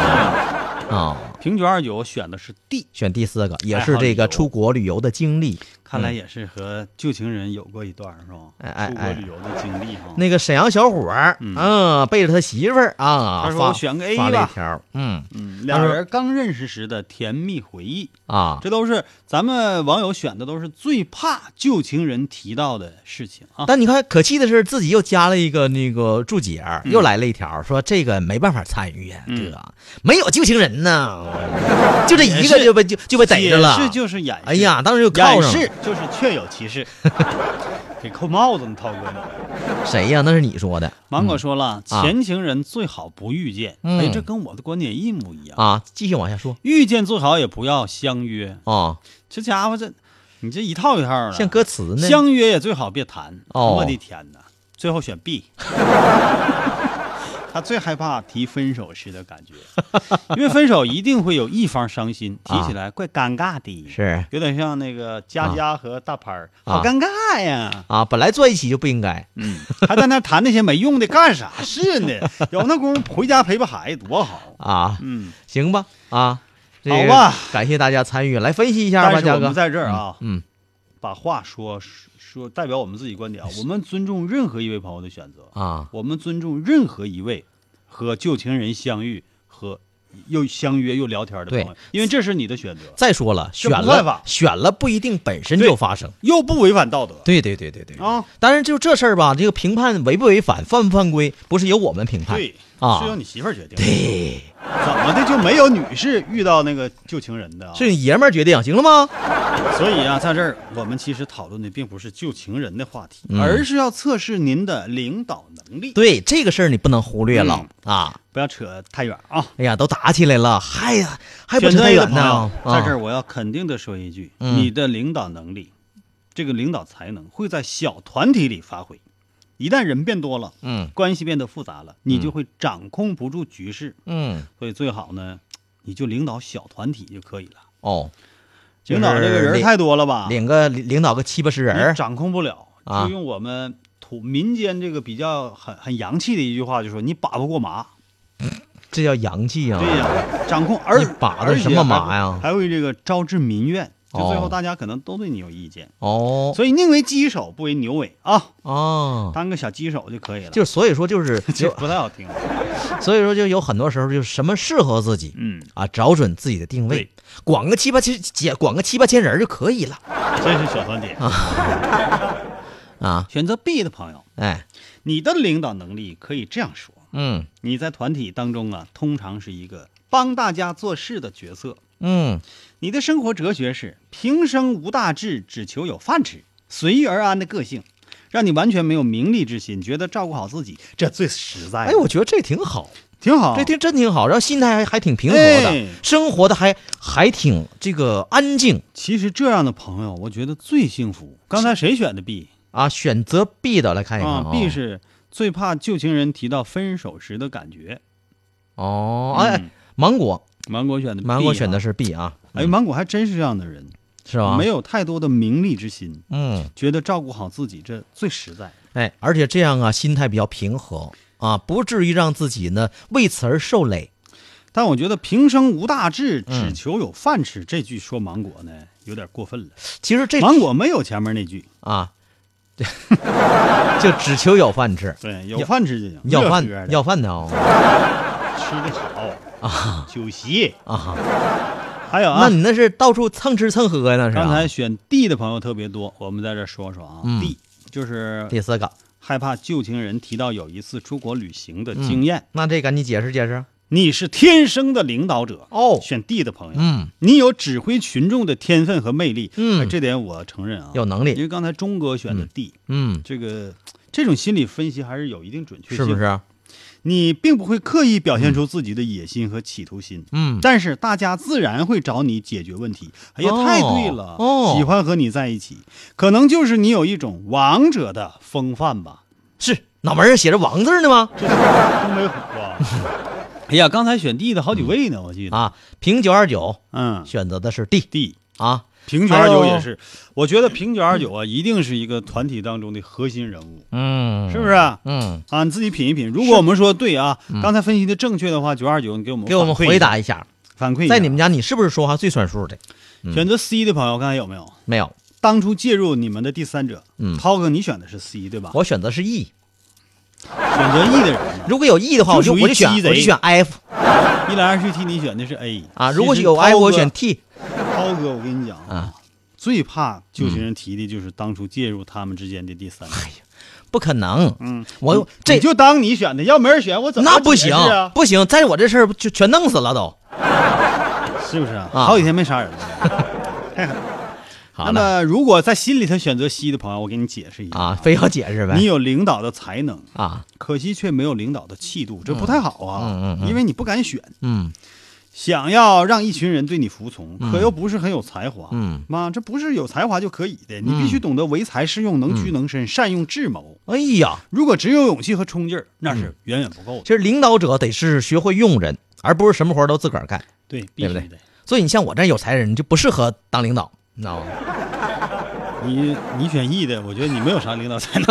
B: 啊，
D: 平局二九选的是 D，
B: 选第四个也
D: 爱
B: 是
D: 好旅
B: 这
D: 游
B: 个出国旅游的经历。
D: 看来也是和旧情人有过一段儿是吧？
B: 嗯哎哎
D: 出国
B: 哎
D: 旅游的经历哈。
B: 那个沈阳小伙儿，
D: 嗯
B: 嗯，背着他媳妇儿啊，
D: 他说
B: 发
D: 我选个 A
B: 发了
D: 吧
B: 一条，嗯
D: 嗯，俩人刚认识时的甜蜜回忆，
B: 啊，
D: 这都是咱们网友选的，都是最怕旧情人提到的事情啊。
B: 但你看，可气的是自己又加了一个那个注解儿，又来了一条，说这个没办法参与呀，
D: 嗯
B: 哥，没有旧情 人呐，就这一个就被就就被逮着了
D: 解。释就是掩饰，
B: 哎呀，当时就铐
D: 掩
B: 上
D: 饰
B: 了。
D: 就是确有其 事，给扣帽子呢，涛哥你。
B: 谁呀？那是你说的
D: 芒果说了，
B: 啊
D: 前情人最好不遇见。
B: 嗯
D: 哎，这跟我的观点一模一样。
B: 啊！继续往下说
D: 遇见最好也不要相约，
B: 啊，
D: 这家伙这，你这一套一套的。
B: 像歌词呢。
D: 相约也最好别谈。
B: 哦
D: 我的天哪！最后选 B，他最害怕提分手时的 感觉，因为分手一定会有一方伤心，提起来怪尴尬的。
B: 啊是
D: 有点像那个佳佳和大潘儿，
B: 啊
D: 好尴尬呀！
B: 啊，本来坐一起就不应该。
D: 嗯，还在那谈那些没用的干啥？是 呢，有那功夫回家陪陪孩子多好。
B: 啊，
D: 嗯，
B: 行吧啊，这
D: 好
B: 个
D: 吧
B: 感谢大家参与，来分析一下
D: 但
B: 吧，
D: 是
B: 嘉
D: 我们
B: 哥。
D: 在这儿啊，
B: 嗯，
D: 把话说说，代表我们自己观点啊，我们尊重任何一位朋友的选择
B: 啊，
D: 我们尊重任何一位和旧情人相遇和又相约又聊天的朋友
B: 对，
D: 因为这是你的选择，
B: 再说了，
D: 这
B: 选
D: 不犯法
B: 了选了不一定本身
D: 对
B: 就发生。
D: 又不违反道德
B: 对对对对对
D: 啊。
B: 当然，就这事儿吧，这个评判违不违反、犯不犯规，不是由我们评判。
D: 对，
B: 啊
D: 是由你媳妇儿决定。对，怎么的就没有女士遇到那个旧情人的啊？
B: 是你爷们儿决定，行了吗？
D: 所以啊，在这儿我们其实讨论的并不是旧情人的话题，
B: 嗯
D: 而是要测试您的领导能力。
B: 对这个事儿你不能忽略了、
D: 嗯
B: 啊！
D: 不要扯太远啊。
B: 哎呀，都打起来了，还呀还不
D: 选
B: 扯
D: 择
B: 太
D: A 的
B: 远
D: 朋友
B: 呢，。
D: 在这儿
B: 啊、
D: 我要肯定的说一句，
B: 嗯
D: 你的领导能力，这个领导才能会在小团体里发挥。一旦人变多了，
B: 嗯
D: 关系变得复杂了，你就会掌控不住局势。
B: 嗯
D: 所以最好呢，你就领导小团体就可以了。
B: 哦，
D: 领导这个
B: 就是
D: 人
B: 领
D: 太多了吧？
B: 领个领导个七八十人
D: 你
B: 儿
D: 掌控不了，
B: 啊
D: 就用我们土民间这个比较很很洋气的一句话，就说你把不过麻，
B: 这叫洋气啊！
D: 对呀，掌控而
B: 你把的什么麻呀
D: 而且还会还会这个招致民怨，就最后
B: 哦
D: 大家可能都对你有意见，
B: 哦
D: 所以宁为鸡首不为牛尾啊，
B: 哦，
D: 当个小鸡首就可以了，
B: 就所以说就是
D: 这
B: 有，
D: 不太好听，
B: 所以说就有很多时候就是什么适合自己。
D: 嗯，
B: 啊，找准自己的定位
D: 对，
B: 广个七八千，姐广个七八千人儿就可以了
D: 真是小团体。
B: 啊！
D: 选择 B 的朋友，
B: 哎，
D: 你的领导能力可以这样说，
B: 嗯
D: 你在团体当中啊，通常是一个帮大家做事的角色，
B: 嗯，
D: 你的生活哲学是平生无大志，只求有饭吃，随遇而安的个性，让你完全没有名利之心，觉得照顾好自己，这最实在。
B: 哎，我觉得这挺好，
D: 挺好，
B: 这挺真挺好，然后心态还还挺平和
D: 哦
B: 的，
D: 哎
B: 生活的还还挺这个安静
D: 其实这样的朋友，我觉得最幸福。刚才谁选的 B
B: 啊。选择 B 的来看一哦
D: 啊
B: 看
D: ？B 是最怕旧情人提到分手时的感觉。
B: 哦，哎，哎
D: 嗯
B: 芒果，
D: 芒果选的 B，
B: 芒果
D: 啊
B: 选的是 B 啊，
D: 哎，芒果还真是这样的人，
B: 是吧？
D: 没，有太多的名利之心，
B: 嗯，
D: 觉得照顾好自己这最实在。
B: 哎，而且这样啊，心态比较平和啊，不至于让自己呢为此而受累。
D: 但我觉得平生无大志，只
B: 嗯
D: 求有饭吃、这句说芒果呢有点过分了。
B: 其实这
D: 芒果没有前面那句，
B: 啊， 对就只求有 饭吃，
D: 对，有饭吃就行，
B: 要
D: 乐呵
B: 饭
D: 的
B: 要饭的啊、
D: 吃的 好啊，酒席
B: 啊。
D: 还有啊，
B: 那你那是到处蹭吃蹭喝呀？那是啊、
D: 刚才选 D 的朋友特别多，我们在这说说啊、
B: 嗯
D: d 就是
B: 第四个，
D: 害怕旧情人提到有一次出国旅行的经验。
B: 那这赶紧解释解释
D: 你是天生的领导者，
B: 哦。
D: 选 D 的朋友，
B: 嗯，
D: 你有指挥群众的天分和魅力，
B: 嗯
D: 呃这点我承认啊，
B: 有能
D: 因
B: 力，
D: 为刚才钟哥选的 D，、
B: 嗯，
D: 这个这种心理分析还是有一定准确性，
B: 是不？嗯是？
D: 你并不会刻意表现出自己的野心和企图心，
B: 嗯，
D: 但是大家自然会找你解决问题。哎呀，
B: 哦
D: 太对了，
B: 哦
D: 喜欢和你在一起，可能就是你有一种王者的风范吧。
B: 是脑门上写着“王”字呢吗？
D: 东北虎啊！ 哎呀，刚才选 D 的好几位呢，我记得。
B: 啊，平九二九
D: 嗯哦
B: 选择的是 D
D: ，D
B: 啊，
D: 平九
B: 还
D: 二
B: 有
D: 九也是，我觉得平九二九啊，一定是一个团体当中的核心人物，
B: 嗯，
D: 是不是？啊，
B: 嗯，
D: 你自己品一品。如果我们说对啊，刚才分析的正确的话，九二九，你给我们
B: 给我们
D: 反馈
B: 回
D: 一下
B: 答一下，
D: 反馈一下。
B: 在你们家你是不是说话最算数的？嗯
D: 选择 C 的朋友，刚才有没有？
B: 没有，
D: 当初介入你们的第三者，
B: 嗯
D: 涛哥，你选的是 C 对吧？
B: 我选择是 E。
D: 选择 E 的人呢，
B: 如果有 E 的话，我
D: 就
B: 就
D: 属于
B: 我就选
D: 鸡贼
B: 我就选 F
D: 一来二去替你选的是 A
B: 啊。
D: 其实
B: 如果有
D: 涛
B: I，我
D: 哥
B: 选 T
D: 涛哥，我跟你讲
B: 啊，
D: 最怕旧情人提的就是当初介入他们之间的第三者。
B: 不可能。
D: 嗯，
B: 哎我
D: 你
B: 这
D: 你就当你选的，要没人选，我怎么
B: 那不行
D: 解释啊？
B: 不行，在我这事儿不就全弄死了都。
D: 是不是啊？
B: 啊
D: 好几天没杀人了。那
B: 好了
D: 么，如果在心里头选择 C 的朋友，我给你解释一下
B: 啊，非要解释呗
D: 你有领导的才能，
B: 啊，
D: 可惜却没有领导的气度，这不太好啊。
B: 嗯嗯嗯
D: 因为你不敢选，
B: 嗯
D: 想要让一群人对你服从，可又不是很有才华。
B: 嗯。
D: 妈，这不是有才华就可以的，你必须懂得唯才是用，能屈能伸，善用智谋。
B: 哎呀，
D: 如果只有勇气和冲劲儿，那
B: 嗯
D: 是远远不够的。
B: 其实领导者得是学会用人，而不是什么活儿都自个儿干。
D: 对，必
B: 对
D: 须
B: 不
D: 的。
B: 对所以你像我这样有才人，你就不适合当领导，你知道吗？
D: 你你选 E 的，我觉得你没有啥领导 才能。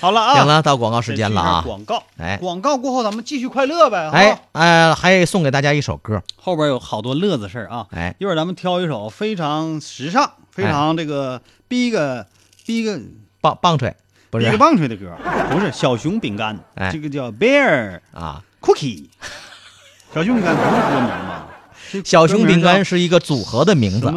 D: 好了啊，
B: 行了，到广告时间了啊
D: 这是一！下广告，
B: 哎
D: 广告过后咱们继续快乐呗。
B: 哎
D: 哈，
B: 呃，还送给大家一首歌，
D: 后边有好多乐子事儿啊。
B: 哎，
D: 一会儿咱们挑一首非常时尚、非常这个逼个逼个
B: 棒棒槌，不
D: 逼个
B: 是
D: 棒槌的 歌，不是小熊饼干，
B: 哎
D: 这个叫 Bear
B: 啊？
D: Cookie。小熊饼干不是歌名 吧？这
B: 小熊饼
D: 歌
B: 干
D: 名
B: 是一个组合的名
D: 叫
B: 字
D: 什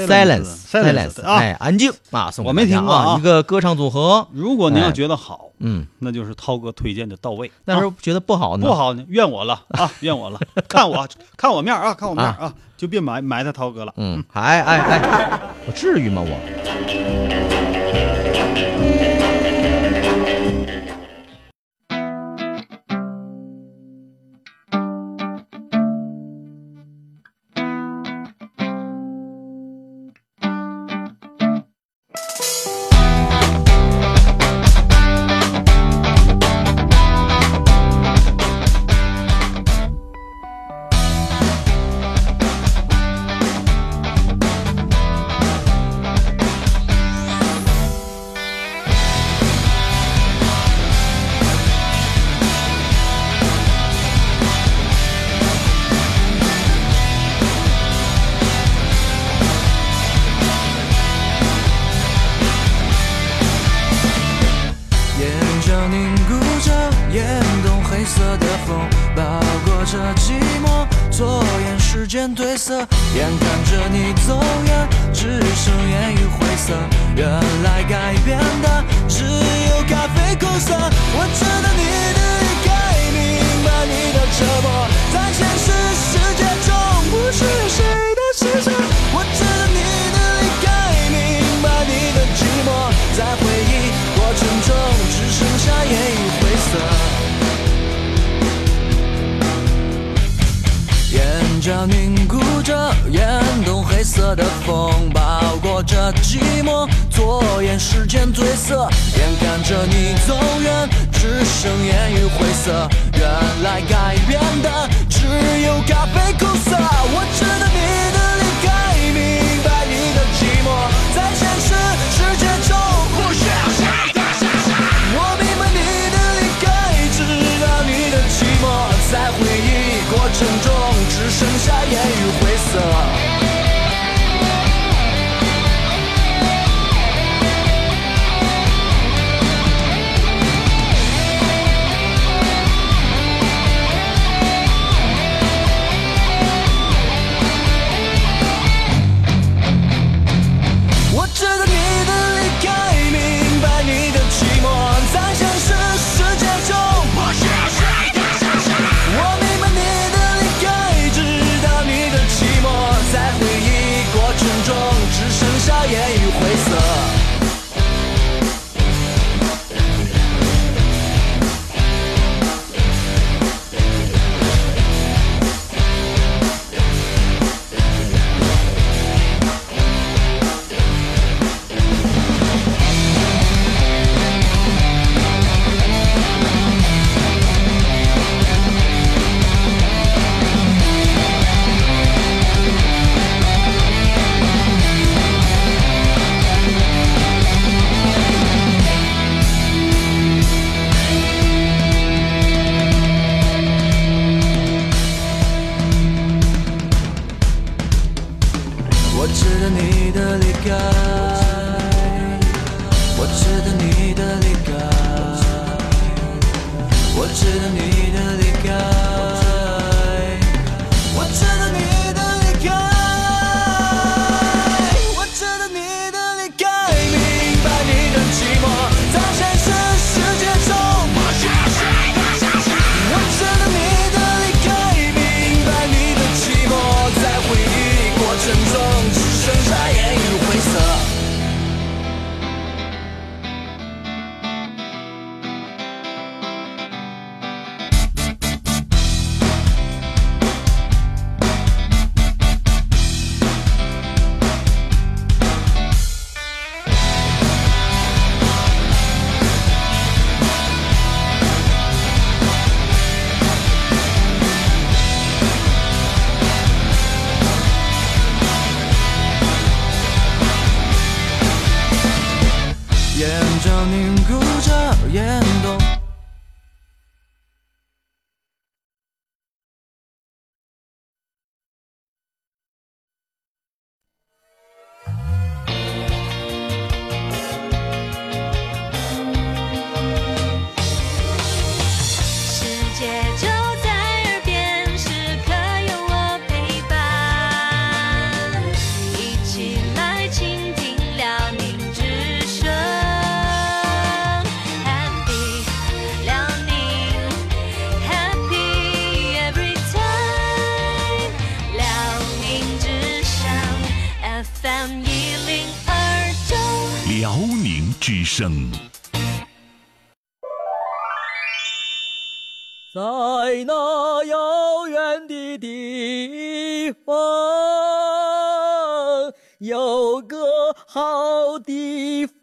D: 么
B: ，Silence
D: Silence
B: 哎，
D: 啊。
B: 安静啊，送给
D: 我没
B: 大家
D: 听过
B: 啊，
D: 啊
B: 一个歌唱组合，
D: 如果您要
B: 哎
D: 觉得好，
B: 嗯，
D: 那就是涛哥推荐的到位。啊
B: 但是觉得不好呢，
D: 不好呢，怨我了 啊，怨我了，看我看我面儿啊，看我面儿啊，就别埋埋汰涛哥了。
B: 嗯，哎哎哎，我至于吗我？
H: 眼正凝固着，眼动黑色的风包裹着寂寞，左眼时间褪色，眼看着你走远，只剩烟与灰色。原来改变的只有咖啡苦涩。我知道你的离开，明白你的折磨，在现实世界中不是谁的世界。我知道你的离开，明白你的寂寞，在回忆。
I: 着寂寞，左眼时间褪色，眼看着你走远，只剩烟雨灰色。原来改变的只有咖啡苦涩。我知道你的离开，明白你的寂寞，在现实世界中不需要谁的傻傻。我明白你的离开，知道你的寂寞，在回忆过程中只剩下烟雨灰色。我知道你的离开，明白你的寂寞，在现实世界中，我需要谁的傻傻。我明白你的离开，知道你的寂寞，在回忆过程中，只剩下烟雨灰色。我知道你的离开，我知道你的离开，我知道你的离开，我知道你的离开，我知道你的离开，明白你的寂寞，在现实世界中，我需要谁的傻傻？我知道你的离开，明白你的寂寞，在回忆过程中只剩下烟雨灰色。眼角凝固着眼动。
F: 世界就在耳边，时刻有我陪伴。一起来倾听辽宁之声，Happy 辽宁，Happy every time。辽宁之声 FM 一零二九。
J: 辽宁之声。
I: 在那遥远的地方，有个好地方。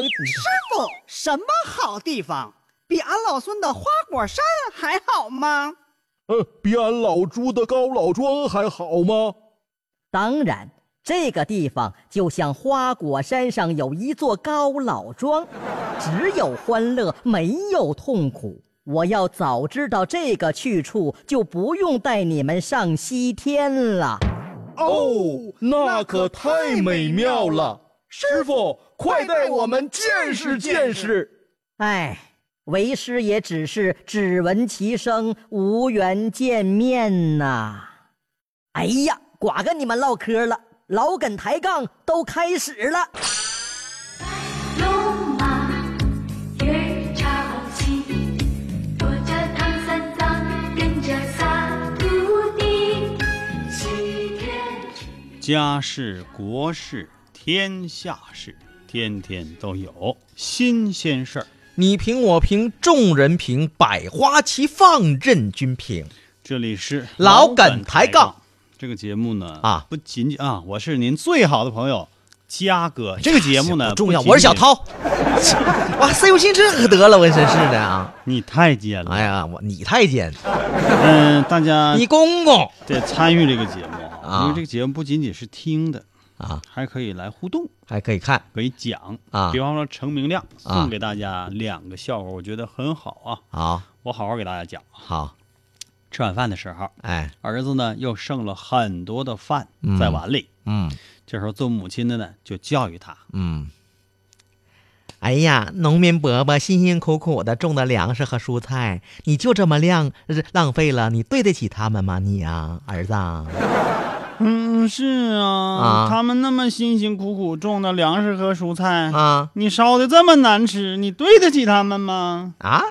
K: 不，什么好地方？比俺老孙的花果山还好吗？
H: 呃，比俺老朱的高老庄还好吗？
L: 当然，这个地方就像花果山上有一座高老庄，只有欢乐，没有痛苦。我要早知道这个去处，就不用带你们上西天了。
H: 哦，那可太美妙了！师傅，快带我们见识见识。
L: 哎，为师也只是只闻其声，无缘见面呐、哎呀，寡跟你们唠嗑了，老梗抬杠都开始了。
F: 龙马月叉红旗，驮着唐三藏，跟着仨徒弟，西天取
D: 家事、国事、天下事，天天都有新鲜事儿。
B: 你评我评，众人评，百花齐放，任君评。
D: 这里是
B: 老
D: 梗
B: 梗抬杠
D: 这个节目呢
B: 啊
D: 不仅仅啊，我是您最好的朋友嘉哥这个节目呢
B: 哎不重要，
D: 不仅
B: 我是小
D: 仅
B: 涛。 哇塞，我信这可得了，我真是的啊！
D: 你太监了！
B: 哎呀，我你太监，
D: 嗯，大家
B: 你公公
D: 得参与这个节目
B: 啊
D: 因为这个节目不仅仅是听的
B: 啊，
D: 还可以来互动，
B: 还可以看，
D: 可以讲
B: 啊
D: 比方说程明亮
B: 啊
D: 送给大家两个笑话，我觉得很好啊，
B: 好，
D: 我好好给大家讲。
B: 好，
D: 吃晚饭的时候，
B: 哎，
D: 儿子呢又剩了很多的饭
B: 嗯
D: 在碗里，
B: 嗯
D: 这时候做母亲的呢就教育他，
B: 嗯。哎呀，农民伯伯辛辛苦苦的种的粮食和蔬菜，你就这么浪浪费了，你对得起他们吗？你啊，儿子啊，
D: 嗯，是啊，
B: 啊
D: 他们那么辛辛苦苦种的粮食和蔬菜
B: 啊，
D: 你烧的这么难吃，你对得起他们吗？
B: 啊，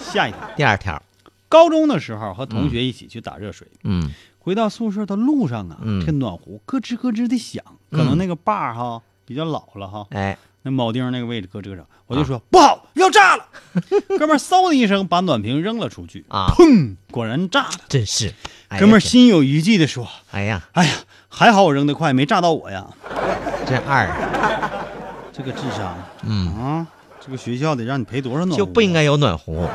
D: 下一条，
B: 第二条，
D: 高中的时候和同学一起去打热水，
B: 嗯
D: 回到宿舍的路上啊，
B: 嗯
D: 这暖壶咯吱咯吱的响，
B: 嗯
D: 可能那个把儿哈比较老了哈，
B: 哎，啊
D: 那铆钉那个位置咯吱声，我就说、不好，要炸了， 哥们儿嗖的一声把暖瓶扔了出去，
B: 啊，
D: 砰，果然炸了，
B: 真是，哎呀
D: 哥们儿
B: 这
D: 心有余悸的说，
B: 哎呀，
D: 哎呀，还好我扔得快，没炸到我呀，
B: 这二，
D: 这个智商。
B: 嗯，
D: 啊，这个学校得让你赔多少暖
B: 就不应该有暖壶。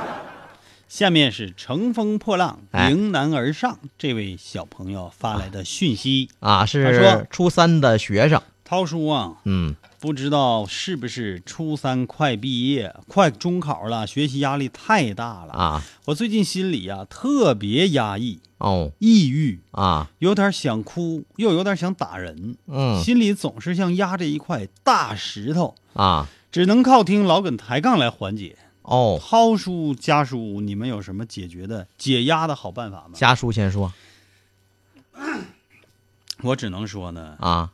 D: 下面是乘风破浪、
B: 哎
D: 迎难而上这位小朋友发来的讯息。
B: 啊，
D: 他说
B: 是初三的学生，
D: 涛叔啊，
B: 嗯，
D: 不知道是不是初三快毕业、快中考了，学习压力太大了。
B: 啊，
D: 我最近心里啊特别压抑、
B: 哦，
D: 抑郁，
B: 啊，
D: 有点想哭，又有点想打人，
B: 嗯，
D: 心里总是像压着一块大石头，
B: 啊，
D: 只能靠听老梗抬杠来缓解。
B: 哦，
D: 涛叔、家叔，你们有什么解决的、解压的好办法吗？
B: 家叔先说
D: 我只能说呢，
B: 啊，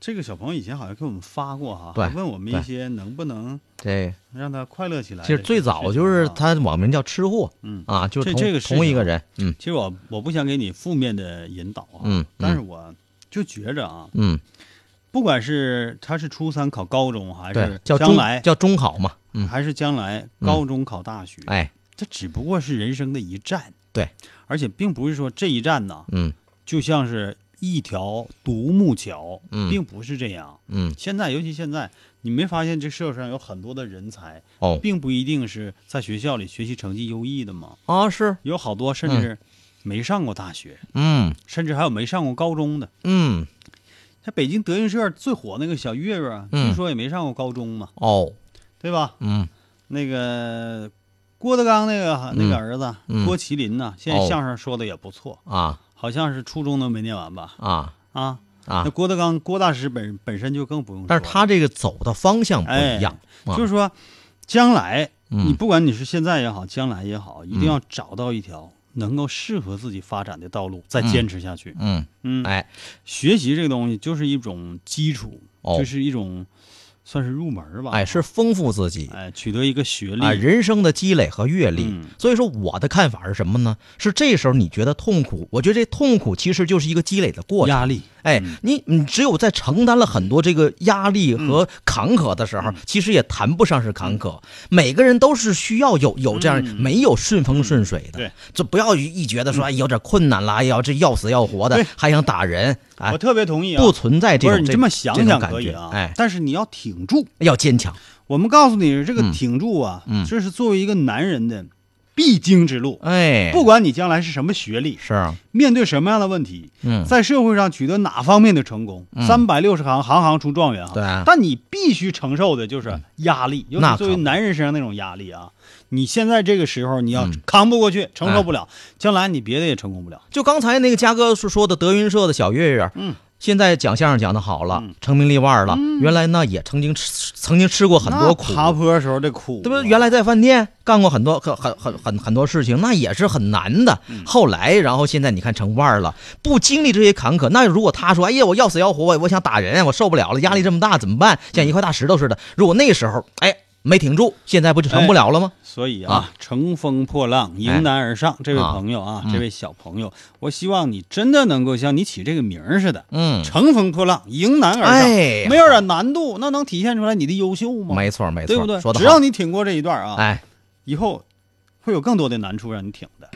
D: 这个小朋友以前好像给我们发过哈，
B: 对
D: 还问我们
B: 对
D: 一些能不能
B: 这
D: 让他快乐起来的
B: 其
D: 事情啊。啊
B: 实最早就是他网名叫吃货，
D: 嗯
B: 啊，就是
D: 这
B: 同
D: 这个事情
B: 同一个人，嗯
D: 其实我我不想给你负面的引导啊，
B: 嗯嗯
D: 但是我就觉着啊，
B: 嗯，
D: 不管是他是初三考高中，还
B: 对
D: 是，
B: 叫
D: 将
B: 中
D: 来
B: 叫中考嘛，嗯，
D: 还是将来
B: 嗯
D: 高中考大学，
B: 哎，
D: 这只不过是人生的一站，
B: 对，
D: 而且并不是说这一站呢，
B: 嗯
D: 就像是一条独木桥，
B: 嗯
D: 并不是这样。
B: 嗯，
D: 现在，尤其现在，你没发现这社会上有很多的人才，
B: 哦
D: 并不一定是在学校里学习成绩优异的嘛，
B: 啊是，
D: 有好多甚至没上过大学，
B: 嗯
D: 甚至还有没上过高中的。
B: 嗯
D: 在北京德云社最火那个小月月啊，
B: 嗯
D: 据说也没上过高中嘛，
B: 哦
D: 对吧？
B: 嗯
D: 那个郭德纲那个那个儿子、
B: 嗯
D: 郭麒麟呐、现在相声说的也不错，
B: 啊
D: 好像是初中都没念完吧？
B: 啊
D: 啊，
B: 啊
D: 那，郭德纲郭大师本本身就更不用说了，
B: 但是他这个走的方向不一样，
D: 哎
B: 啊
D: 就是说，将来、
B: 嗯
D: 你不管你是现在也好，将来也好，一定
B: 嗯
D: 要找到一条能够适合自己发展的道路，再
B: 嗯
D: 坚持下去。
B: 嗯
D: 嗯，
B: 哎
D: 学习这个东西就是一种基础，
B: 哦
D: 就是一种算是入门吧。
B: 哎是丰富自己，
D: 哎，取得一个学历，
B: 啊，人生的积累和阅历。
D: 嗯
B: 所以说，我的看法是什么呢？是这时候你觉得痛苦，我觉得这痛苦其实就是一个积累的过程。
D: 压力。
B: 哎，你你只有在承担了很多这个压力
D: 嗯
B: 和坎坷的时候，其实也谈不上是坎坷。每个人都是需要有有这样、没有顺风顺水的，
D: 嗯对嗯
B: 这不要一觉得说、哎有点困难啦，要这要死要活的
D: 对，
B: 还想打人啊
D: 我，特别同意啊，
B: 不存在这
D: 不
B: 种
D: 是你
B: 这
D: 这么想
B: 这
D: 想
B: 种感
D: 可以
B: 觉
D: 啊，
B: 哎，
D: 但是你要挺住。
B: 要坚强，
D: 我们告诉你，这个
B: 嗯
D: 挺住啊，
B: 嗯
D: 这是作为一个男人的必经之路。
B: 哎，
D: 不管你将来是什么学历，
B: 是啊，
D: 面对什么样的问题，
B: 嗯，
D: 在社会上取得哪方面的成功，三百六十行，行行出状元哈。
B: 对啊嗯
D: 但你必须承受的就是压力，尤
B: 那
D: 其
B: 可
D: 作为
B: 不
D: 男人身上那种压力啊。你现在这个时候，你要
B: 嗯哎
D: 扛不过去，承受不了，将来你别的也成功不了。
B: 就刚才那个嘉哥说说的德云社的小月月，
D: 嗯，
B: 现在讲相声讲的好了
D: 嗯，
B: 成名立万了。原来呢也曾经吃曾经吃过很多苦，
D: 那爬坡的时候这苦啊，
B: 对不对？原来在饭店干过很多很很很很很多事情，那也是很难的。
D: 嗯
B: 后来，然后现在你看成腕儿了，不经历这些坎坷，那如果他说：“哎呀，我要死要活，我我想打人，我受不了了，压力这么大，怎么办？”像一块大石头似的。如果那时候哎没挺住，现在不就成不了了吗？
D: 所以
B: 啊哎
D: 啊，乘风破浪，迎难而上。这位
B: 啊
D: 朋友啊，
B: 嗯
D: 这位小朋友，我希望你真的能够像你起这个名儿似的，
B: 嗯，
D: 乘风破浪，迎难而上，
B: 哎呀
D: 没有点难度，那能体现出来你的优秀吗？
B: 嗯没错没错，
D: 对不对？
B: 说的
D: 只要你挺过这一段啊，
B: 哎，
D: 以后会有更多的难处让你挺的。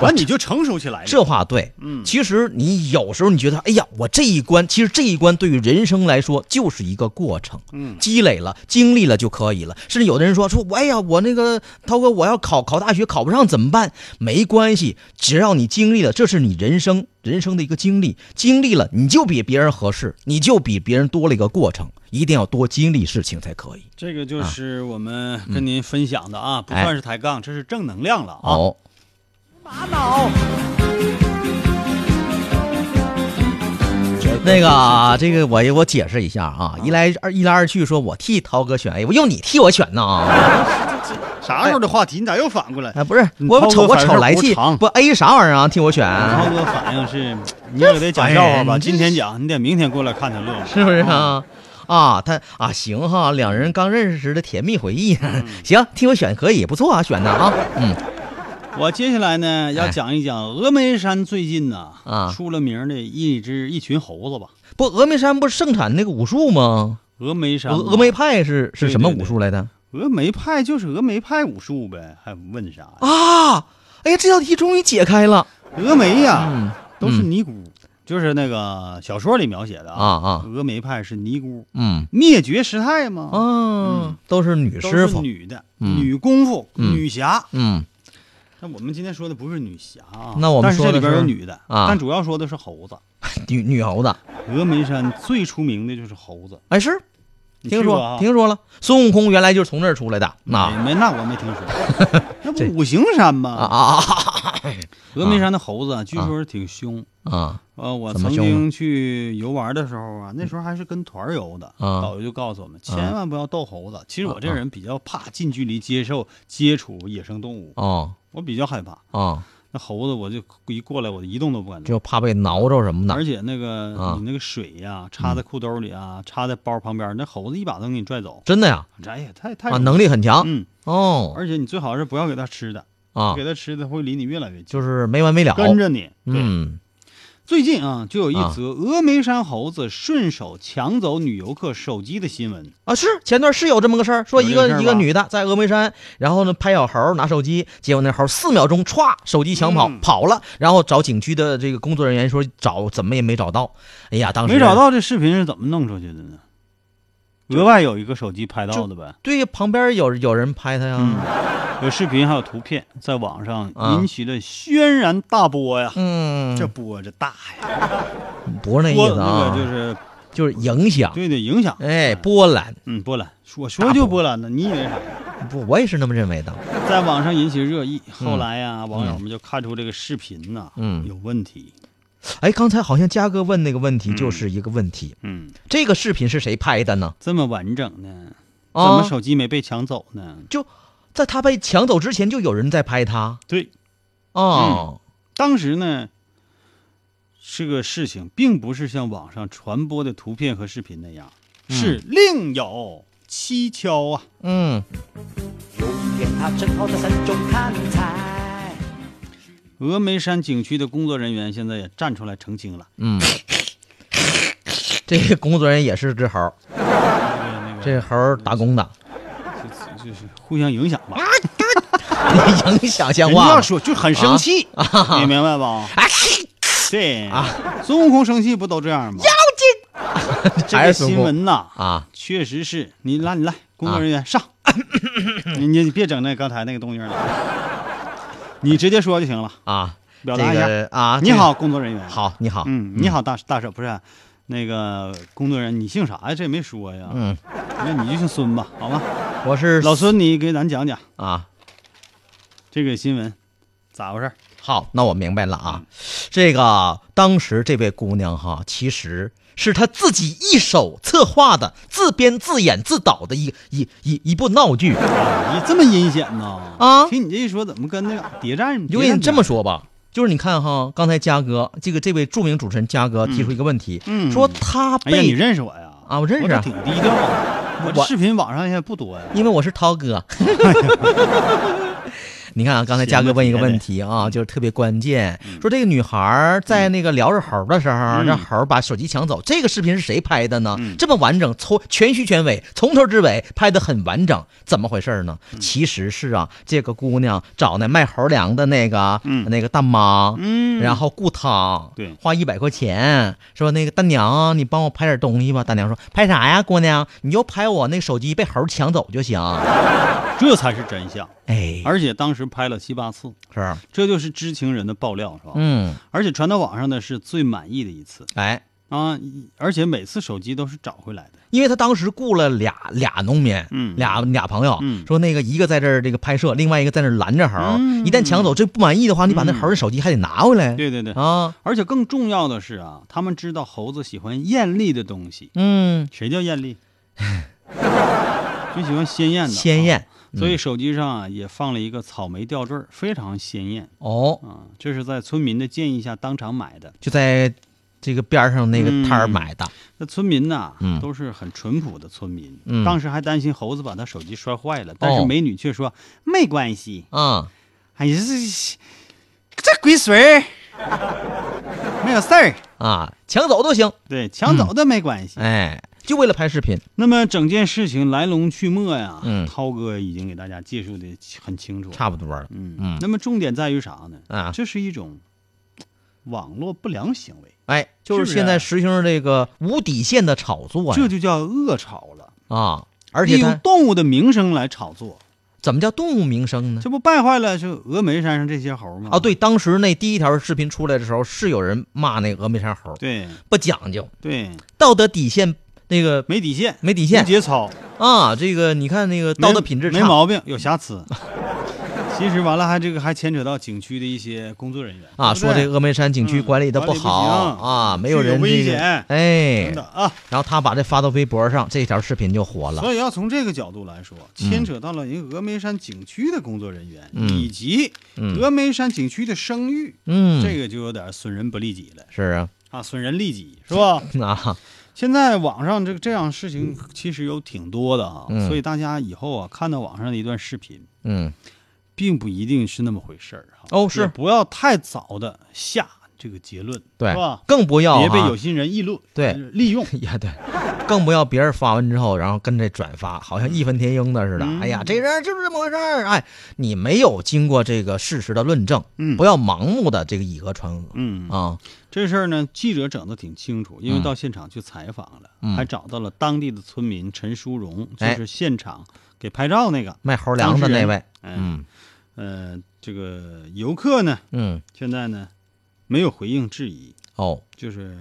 D: 完你就成熟起来了。
B: 这话对，
D: 嗯
B: 其实你有时候你觉得，哎呀，我这一关，其实这一关对于人生来说就是一个过程，
D: 嗯
B: 积累了、经历了就可以了。甚至有的人说，说我哎呀，我那个涛哥，我要考考大学考不上怎么办？没关系，只要你经历了，这是你人生人生的一个经历，经历了你就比别人合适，你就比别人多了一个过程，一定要多经历事情才可以。
D: 这个就是我们跟您分享的啊，不算是抬杠，这是正能量了啊。
B: 哦，那个啊，这个我我解释一下啊，一来二一来二去，说我替涛哥选 A，我用你替我选 呢啊。
D: 啥时候的话题，你咋又反过来？
B: 哎，不是，
D: 嗯
B: 我
D: 涛哥
B: 瞅我
D: 反
B: 瞅
D: 正
B: 来气
D: 无常，
B: 不 A 啥玩意儿啊？替我选，
D: 涛哥反应是，你也得讲笑
B: 哎
D: 话吧？今天讲，你得明天过来看他乐。
B: 是不是啊？啊，他啊行哈，两人刚认识时的甜蜜回忆，
D: 嗯
B: 行，替我选可以，不错啊，选的啊，嗯，
D: 我接下来呢要
B: 哎
D: 讲一讲峨眉山最近呢
B: 啊
D: 出了名的一只一群猴子吧。
B: 不，峨眉山不是盛产那个武术吗？
D: 峨眉山，
B: 峨峨眉，派是是
D: 啊对
B: 什么
D: 对
B: 武术来的
D: 峨眉派就是峨眉派武术呗，还问啥呀？
B: 啊？哎呀，这道题终于解开了
D: 峨眉呀、
B: 嗯
D: 都是
B: 嗯
D: 尼姑，就是那个小说里描写的
B: 啊。啊，
D: 峨眉派是尼姑，
B: 嗯
D: 灭绝师太嘛，
B: 啊，都是女
D: 都
B: 师
D: 是
B: 傅，
D: 女的，
B: 嗯
D: 女功夫，
B: 嗯
D: 女侠。
B: 嗯，
D: 那我们今天说的不是女侠啊，
B: 那我们
D: 但是
B: 说
D: 这里
B: 的
D: 边有
B: 是
D: 女的
B: 啊
D: 但主要说的是猴子。
B: 女女猴子，
D: 峨眉山最出名的就是猴子，
B: 哎是，
D: 你
B: 听
D: 去过
B: 说
D: 啊哎
B: 听说了，孙悟空原来就是从这儿出来的，啊那
D: 没没那我没听说， 那不五行山吗？
B: 啊啊
D: 峨眉山的猴子啊，据说是挺凶。
B: 啊啊，
D: 呃，我
B: 怎么
D: 曾
B: 凶
D: 经去游玩的时候啊，那时候还是跟团儿游的，
B: 啊
D: 导游就告诉我们，千万不要逗猴子。
B: 嗯
D: 其实我这人比较怕近距离接受接触野生动物，
B: 哦
D: 我比较害怕。
B: 哦，
D: 那猴子我就一过来，我就一动都不敢动。
B: 就怕被挠着什么的
D: 而且那个、
B: 啊
D: 你那个水呀、插
B: 嗯
D: 在裤兜里啊，插在包旁边，那猴子一把都给你拽走。
B: 真的呀
D: 这哎呀，太太
B: 啊，能力很强
D: 嗯，
B: 哦
D: 而且你最好是不要给它吃的，
B: 啊
D: 给，它吃的会离你越来越近，
B: 就是没完没了，
D: 跟着你。
B: 嗯
D: 最近啊，就有一
B: 啊
D: 则峨眉山猴子顺手抢走女游客手机的新闻。
B: 啊是前段是有这么个事儿，说
D: 有
B: 一
D: 这个
B: 个
D: 事儿吧
B: 一个女的在峨眉山，然后呢拍小猴拿手机，结果那猴四秒钟歘手机抢跑、
D: 嗯
B: 跑了，然后找景区的这个工作人员说找怎么也没找到，哎呀当时
D: 没找到这视频是怎么弄出去的呢？额外有一个手机拍到的呗，
B: 对，旁边有有人拍他呀。
D: 有视频还有图片，在网上
B: 啊
D: 引起了轩然大波呀！
B: 嗯，
D: 这波这大呀，
B: 不是那意
D: 波
B: 思
D: 那个
B: 啊，
D: 就是
B: 就是影响，
D: 对对影响，
B: 哎，波澜，
D: 嗯，波澜，我说就波澜呢，你以为啥？
B: 不，我也是那么认为的。
D: 在网上引起热议，后来呀，网友们就看出这个视频呐
B: 嗯
D: 有问题，
B: 哎，刚才好像嘉哥问那个问题就是一个问题，
D: 嗯，
B: 这个视频是谁拍的呢？
D: 这么完整呢，怎
B: 啊
D: 么手机没被抢走呢？
B: 就在他被抢走之前，就有人在拍他
D: 对，
B: 哦，
D: 当时呢，这个事情并不是像网上传播的图片和视频那样，
B: 嗯
D: 是另有蹊跷啊！
B: 嗯，
D: 峨眉山景区的工作人员现在也站出来澄清了，
B: 嗯， 这个工作人员也是只猴，这猴儿打工的，
D: 就就是互相影响吧。
B: 影响啊像
D: 人
B: 话
D: 家
B: 吗。
D: 说就很生气，你明白 吧？
B: 哎
D: 对啊，孙悟空生气不都这样吗？ 这
B: 还
D: 个
B: 是孙悟
D: 新
B: 空
D: 闻呐，
B: 啊，
D: 确实是你来，你来，工作人员、 上，你你你别整那刚才那个动静了，你直接说就行了。
B: 啊，
D: 表达一
B: 这
D: 下
B: 个啊，
D: 你
B: 这个
D: 好，，工作人员。，
B: 好，你好，
D: 嗯，你好，大大婶，不是啊那个工作人员，你姓啥呀？这也没说呀。
B: 嗯，
D: 那你就姓孙吧，好吗？
B: 我是
D: 老孙，你给咱讲讲
B: 啊，
D: 这个新闻咋回事？
B: 好，那我明白了啊。这个当时这位姑娘哈，其实是她自己一手策划的，自编自演自导的一一一一部闹剧。
D: 你这么阴险呐？
B: 啊
D: 听你这一说，怎么跟那个谍战？
B: 就跟你这
D: 谍战
B: 么说吧，就是你看哈，刚才嘉哥这个这位著名主持人嘉哥提出一个问题，
D: 嗯
B: 说他
D: 哎呀，你
B: 被、
D: 认识我呀？
B: 啊我认识
D: 这
B: 啊
D: 挺低调啊的。我这
B: 我
D: 视频网上也不多呀。
B: 因为我是涛哥，你看啊，刚才
M: 节目
B: 嘉哥问一个
M: 体验
B: 问题啊，就是特别关键，说这个女孩儿在那个聊着猴儿的时候，让猴儿把手机抢走，这个视频是谁拍的呢？这么完整，从全虚全尾，从头至尾拍的很完整，怎么回事儿呢？其实是啊，这个姑娘找那卖猴粮的那个、那个大妈，
D: 嗯
B: 然后雇她，
D: 对，
B: 花一百块钱，说那个大娘，你帮我拍点东西吧。大娘说拍啥呀，姑娘，你就拍我那个手机被猴儿抢走就行。
D: 这才是真相。
B: 哎，
D: 而且当时拍了七八次，
B: 是，
D: 这就是知情人的爆料，是吧？
B: 嗯，
D: 而且传到网上的是最满意的一次。
B: 哎，
D: 啊，而且每次手机都是找回来的。
B: 因为他当时雇了俩俩农民，
D: 嗯
B: 俩俩朋友，说那个一个在这儿这个拍摄，另外一个在那儿拦着猴儿，一旦抢走这不满意的话，你把那猴儿的手机还得拿回来。
D: 嗯对对对
B: 啊！
D: 而且更重要的是啊，他们知道猴子喜欢艳丽的东西。
B: 嗯，
D: 谁叫艳 丽？就喜欢鲜艳的。
B: 鲜艳嗯
D: 啊所以手机上啊也放了一个草莓吊坠儿，非常鲜艳。
B: 哦，
D: 啊，这是在村民的建议下当场买的。
B: 就在这个边儿上那个摊
D: 嗯
B: 儿买的。
D: 那村民呐、
B: 嗯
D: 都是很淳朴的村民。
B: 嗯
D: 当时还担心猴子把他手机摔坏了，但是
B: 哦
D: 美女却说、没关系
B: 啊。
D: 哎呀，这这鬼水儿 没有事儿
B: 啊，抢走都行。
D: 对，抢走的没关系。
B: 哎，就为了拍视频。
D: 那么整件事情来龙去脉呀，
B: 嗯
D: 涛哥已经给大家介绍的很清楚了。
B: 差不多了。
D: 嗯
B: 嗯
D: 那么重点在于啥呢？
B: 啊，
D: 这是一种网络不良行为，
B: 哎，就是是现
D: 啊
B: 在实行这个无底线的炒作呀
D: 这就叫恶炒了。
B: 啊，而且
D: 利
B: 它
D: 用动物的名声来炒作，
B: 怎么叫动物名声呢？
D: 这不败坏了就峨眉山上这些猴吗？
B: 啊，对，当时那第一条视频出来的时候，是有人骂那个峨眉山猴，
D: 对，
B: 不讲究，
D: 对，
B: 道德底线那个
D: 没底线，
B: 没底线，
D: 无节操
B: 啊，这个你看那个道德品质
D: 没
B: 差
D: 毛病，有瑕 疵。其实完了还这个还牵扯到景区的一些工作人员
B: 啊，
D: 对
B: 说
D: 不
B: 这
D: 对
B: 峨眉山景区
D: 嗯
B: 管理的
D: 管理不
B: 好
D: 行
B: 啊，没有
D: 这有
B: 人
D: 危
B: 这个
D: 险
B: 哎
D: 等等啊，
B: 然后他把这发到微博上，这条视频就火了。
D: 所以要从这个角度来说，牵扯到了一个峨眉山景区的工作人员，
B: 嗯
D: 以及
B: 嗯
D: 峨眉山景区的声誉，
B: 嗯
D: 这个就有点损人不利己了
B: 是啊，
D: 啊，损人利己是吧？
B: 啊，
D: 现在网上这个这样事情其实有挺多的啊，
B: 嗯
D: 所以大家以后啊看到网上的一段视频，
B: 嗯，
D: 并不一定是那么回事儿啊。
B: 哦是
D: 也不要太早的下这个结论，
B: 对
D: 是吧？
B: 更不要
D: 别被
B: 哈
D: 有心人议论，呃
B: 对，
D: 利用
B: 呀，对，更不要别人发完之后，然后跟着转发，好像义愤填膺的似的。
D: 嗯
B: 哎呀，这人就是这么回事儿。哎，你没有经过这个事实的论证，
D: 嗯
B: 不要盲目的这个以讹传讹。
D: 嗯
B: 啊，
D: 这事儿呢，记者整的挺清楚，因为
B: 嗯
D: 到现场去采访了，
B: 嗯
D: 还找到了当地的村民陈淑荣，就
B: 哎
D: 是现场给拍照那个
B: 卖猴粮的那位。
D: 嗯，呃，这个游客呢，
B: 嗯，
D: 现在呢没有回应质疑，
B: 哦，
D: 就是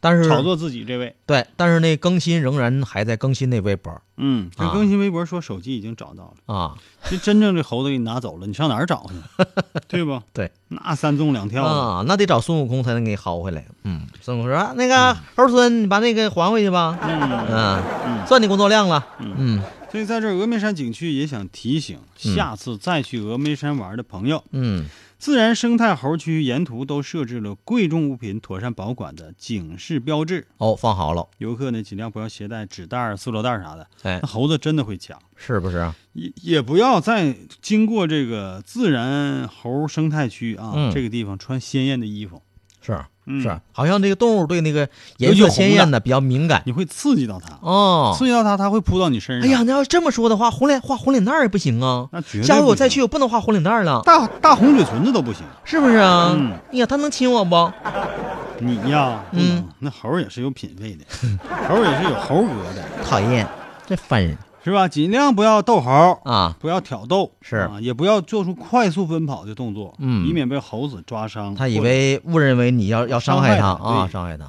B: 但是
D: 炒作自己这位，
B: 对，但是那更新仍然还在更新那微博
D: 嗯，这
B: 啊
D: 更新微博说手机已经找到了，
B: 啊。
D: 这真正这猴子给你拿走了，你上哪儿找去？对不？
B: 对，
D: 那三纵两跳的
B: 啊，那得找孙悟空才能给你薅回来。嗯，孙悟空说啊：“那
D: 嗯
B: 个猴孙，你把那个还回去吧。”嗯，算你工作量了。嗯
D: 所以在这儿峨眉山景区也想提醒，
B: 嗯
D: 下次再去峨眉山玩的朋友，
B: 嗯，
D: 自然生态猴区沿途都设置了贵重物品妥善保管的警示标志。
B: 哦，放好了。
D: 游客呢，尽量不要携带纸袋儿、塑料袋儿啥的，
B: 哎
D: 那，猴子真的会抢。
B: 是不是啊？
D: 也也不要在经过这个自然猴生态区啊、
B: 嗯
D: 这个地方穿鲜艳的衣服，
B: 是啊
D: 嗯
B: 是啊，好像这个动物对那个颜
D: 尤其
B: 色
D: 红
B: 鲜艳
D: 的
B: 的比较敏感
D: 你会刺激到它，
B: 哦
D: 刺。激到它，它会扑到你身
B: 哎
D: 上。
B: 呀，，那要是这么说的话，红脸画红脸蛋儿也不行啊。
D: 那绝对
B: 下回我
D: 不
B: 再
D: 行
B: 去，我不能画红脸蛋儿了，
D: 大大红嘴唇子都不行，
B: 是不是啊？
D: 嗯
B: 哎呀，它能亲我不？
D: 你呀，不能
B: 嗯
D: 那猴儿也是有品位的，猴儿也是有猴格的，
B: 讨厌，这烦人
D: 是吧？尽量不要逗猴儿，
B: 啊！
D: 不要挑逗，
B: 是
D: 啊，也不要做出快速奔跑的动作，
B: 嗯
D: 以免被猴子抓伤。
B: 他
D: 或
B: 以
D: 者，
B: 为误认为你要要伤害
D: 伤害
B: 他
D: 他
B: 啊，
D: 对
B: 伤害他。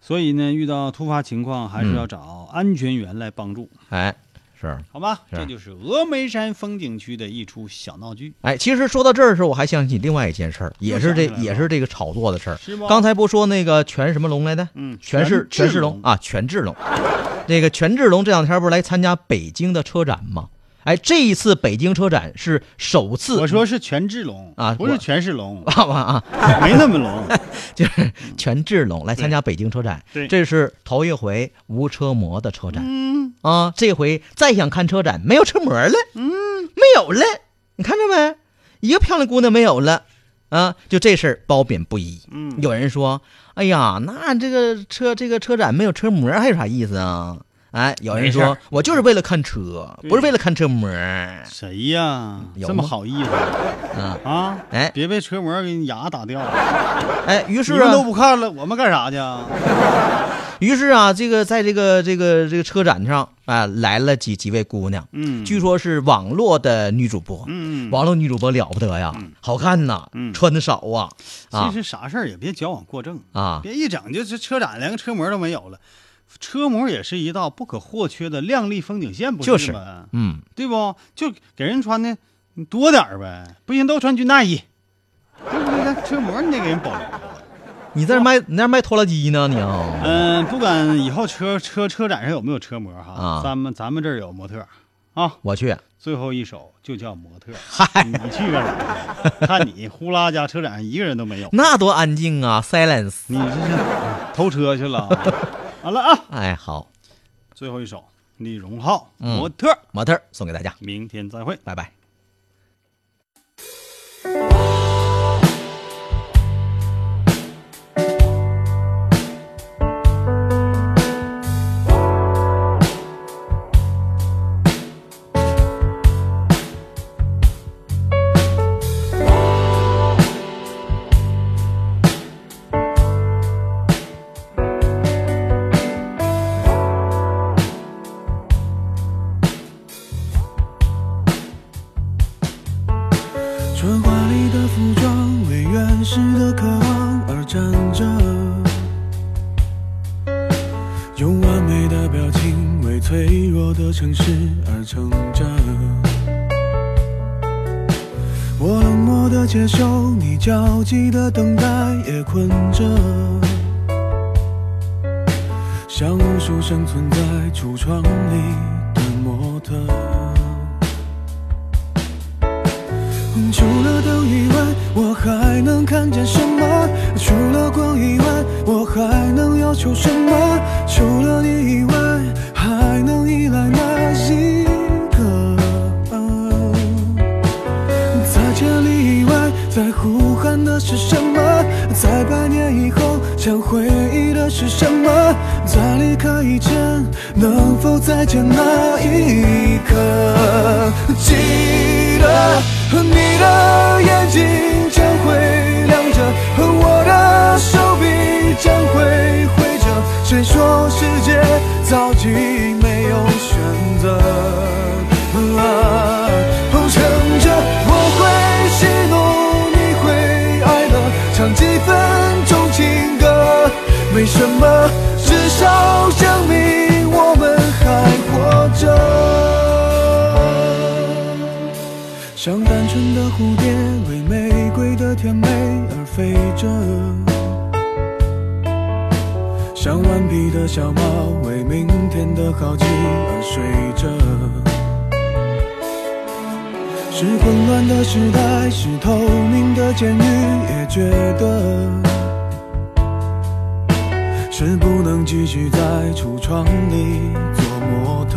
D: 所以呢，遇到突发情况还是
B: 嗯
D: 要找安全员来帮助，
B: 哎，是。
D: 好吧？
B: 是
D: 这就是峨眉山风景区的一出小闹剧。
B: 哎，其实说到这儿的时候，我还想起另外一件事儿，也是
D: 想
B: 这
D: 起来了
B: 也是这个炒作的事儿
D: 是吗。
B: 刚才不说那个全什么龙来的？
D: 嗯
B: 全是
D: 全
B: 全
D: 志
B: 是
D: 龙
B: 龙啊，全志龙。那个全志龙这两天不是来参加北京的车展吗？哎，这一次北京车展是首次，
D: 我说是全志龙
B: 啊
D: 不是
B: 我，
D: 全是龙
B: 爸爸啊，
D: 没那么龙。
B: 就是全志龙来参加北京车展，
D: 对
B: 这是头一回无车模的车展、
D: 嗯，
B: 啊，这回再想看车展没有车模了，嗯，没有了，你看着没？一个漂亮姑娘没有了，啊，就这事儿褒贬不一。
D: 嗯
B: 有人说，哎呀，那这个车这个车展没有车模还有啥意思啊？哎，有人
D: 没事
B: 说
D: 儿
B: 我就是为了看车，不是为了看车模。
D: 谁呀？
B: 有
D: 这么
B: 吗
D: 好意思
B: 啊？
D: 啊！
B: 哎，
D: 别被车模给你牙打掉了。
B: 哎，于是
D: 你们
B: 啊
D: 都不看了，我们干啥去啊？
B: 于是啊，这个在这个这个这个车展上啊、来了几几位姑娘，
D: 嗯
B: 据说是网络的女主播，
D: 嗯
B: 网络女主播了不得呀，好看呐，
D: 嗯
B: 穿的少啊，啊
D: 其实啥事儿也别矫枉过正
B: 啊
D: 别一整就这车展连个车模都没有了，车模也是一道不可或缺的亮丽风景线，不
B: 就是是
D: 吗？
B: 嗯，
D: 对不？就给人穿的多点儿呗，不行都穿军大衣，对不对？咱车模你得给人保留。
B: 你在这卖你在这卖拖拉机呢，你啊，
D: 嗯、不管以后车车车展上有没有车模哈，
B: 啊
D: 咱们咱们这儿有模特儿啊。
B: 我去，
D: 最后一首就叫模特儿，你去干啥？ 看你呼啦家车展上一个人都没有，
B: 那多安静啊，silence，
D: 你这是偷车去 了。好了啊，
B: 哎好，
D: 最后一首李荣浩《
B: 嗯
D: 模特儿》，
B: 模特儿送给大家，
D: 明天再会，
B: 拜拜。
H: 春华丽的服装为原始的渴望而站着，用完美的表情为脆弱的城市而撑着。我冷漠的接受你焦急的等待，也困着，像无数生存在橱窗里的模特。除了灯以外，我还能看见什么？除了光以外，我还能要求什么？除了你以外，还能依赖哪一个？在千里以外，在呼喊的是什么？在百年以后，想回忆的是什么？在离开以前，能否再见那一刻？记得你的眼睛将会亮着，我的手臂将会挥着。谁说世界早已没有选择？啊撑着，我会喜怒，你会哀乐，唱几分钟情歌，没什么，至少证明我们还活着。像单纯的蝴蝶，为玫瑰的甜美而飞着。像顽皮的小猫，为明天的好奇而睡着。是混乱的时代，是透明的监狱，也觉得是不能继续在橱窗里做模特。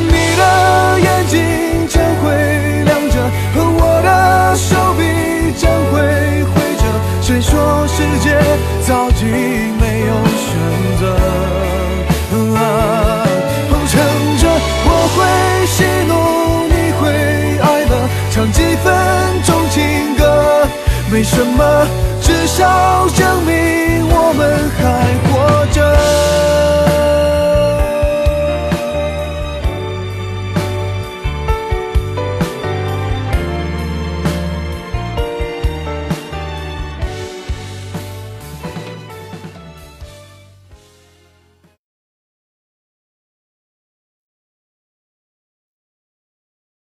H: 你的眼睛将会亮着，我的手臂将会挥着。谁说世界早已没有选择？啊，撑着我会喜怒，你会哀乐，唱几分钟情歌，没什么，至少证明我们还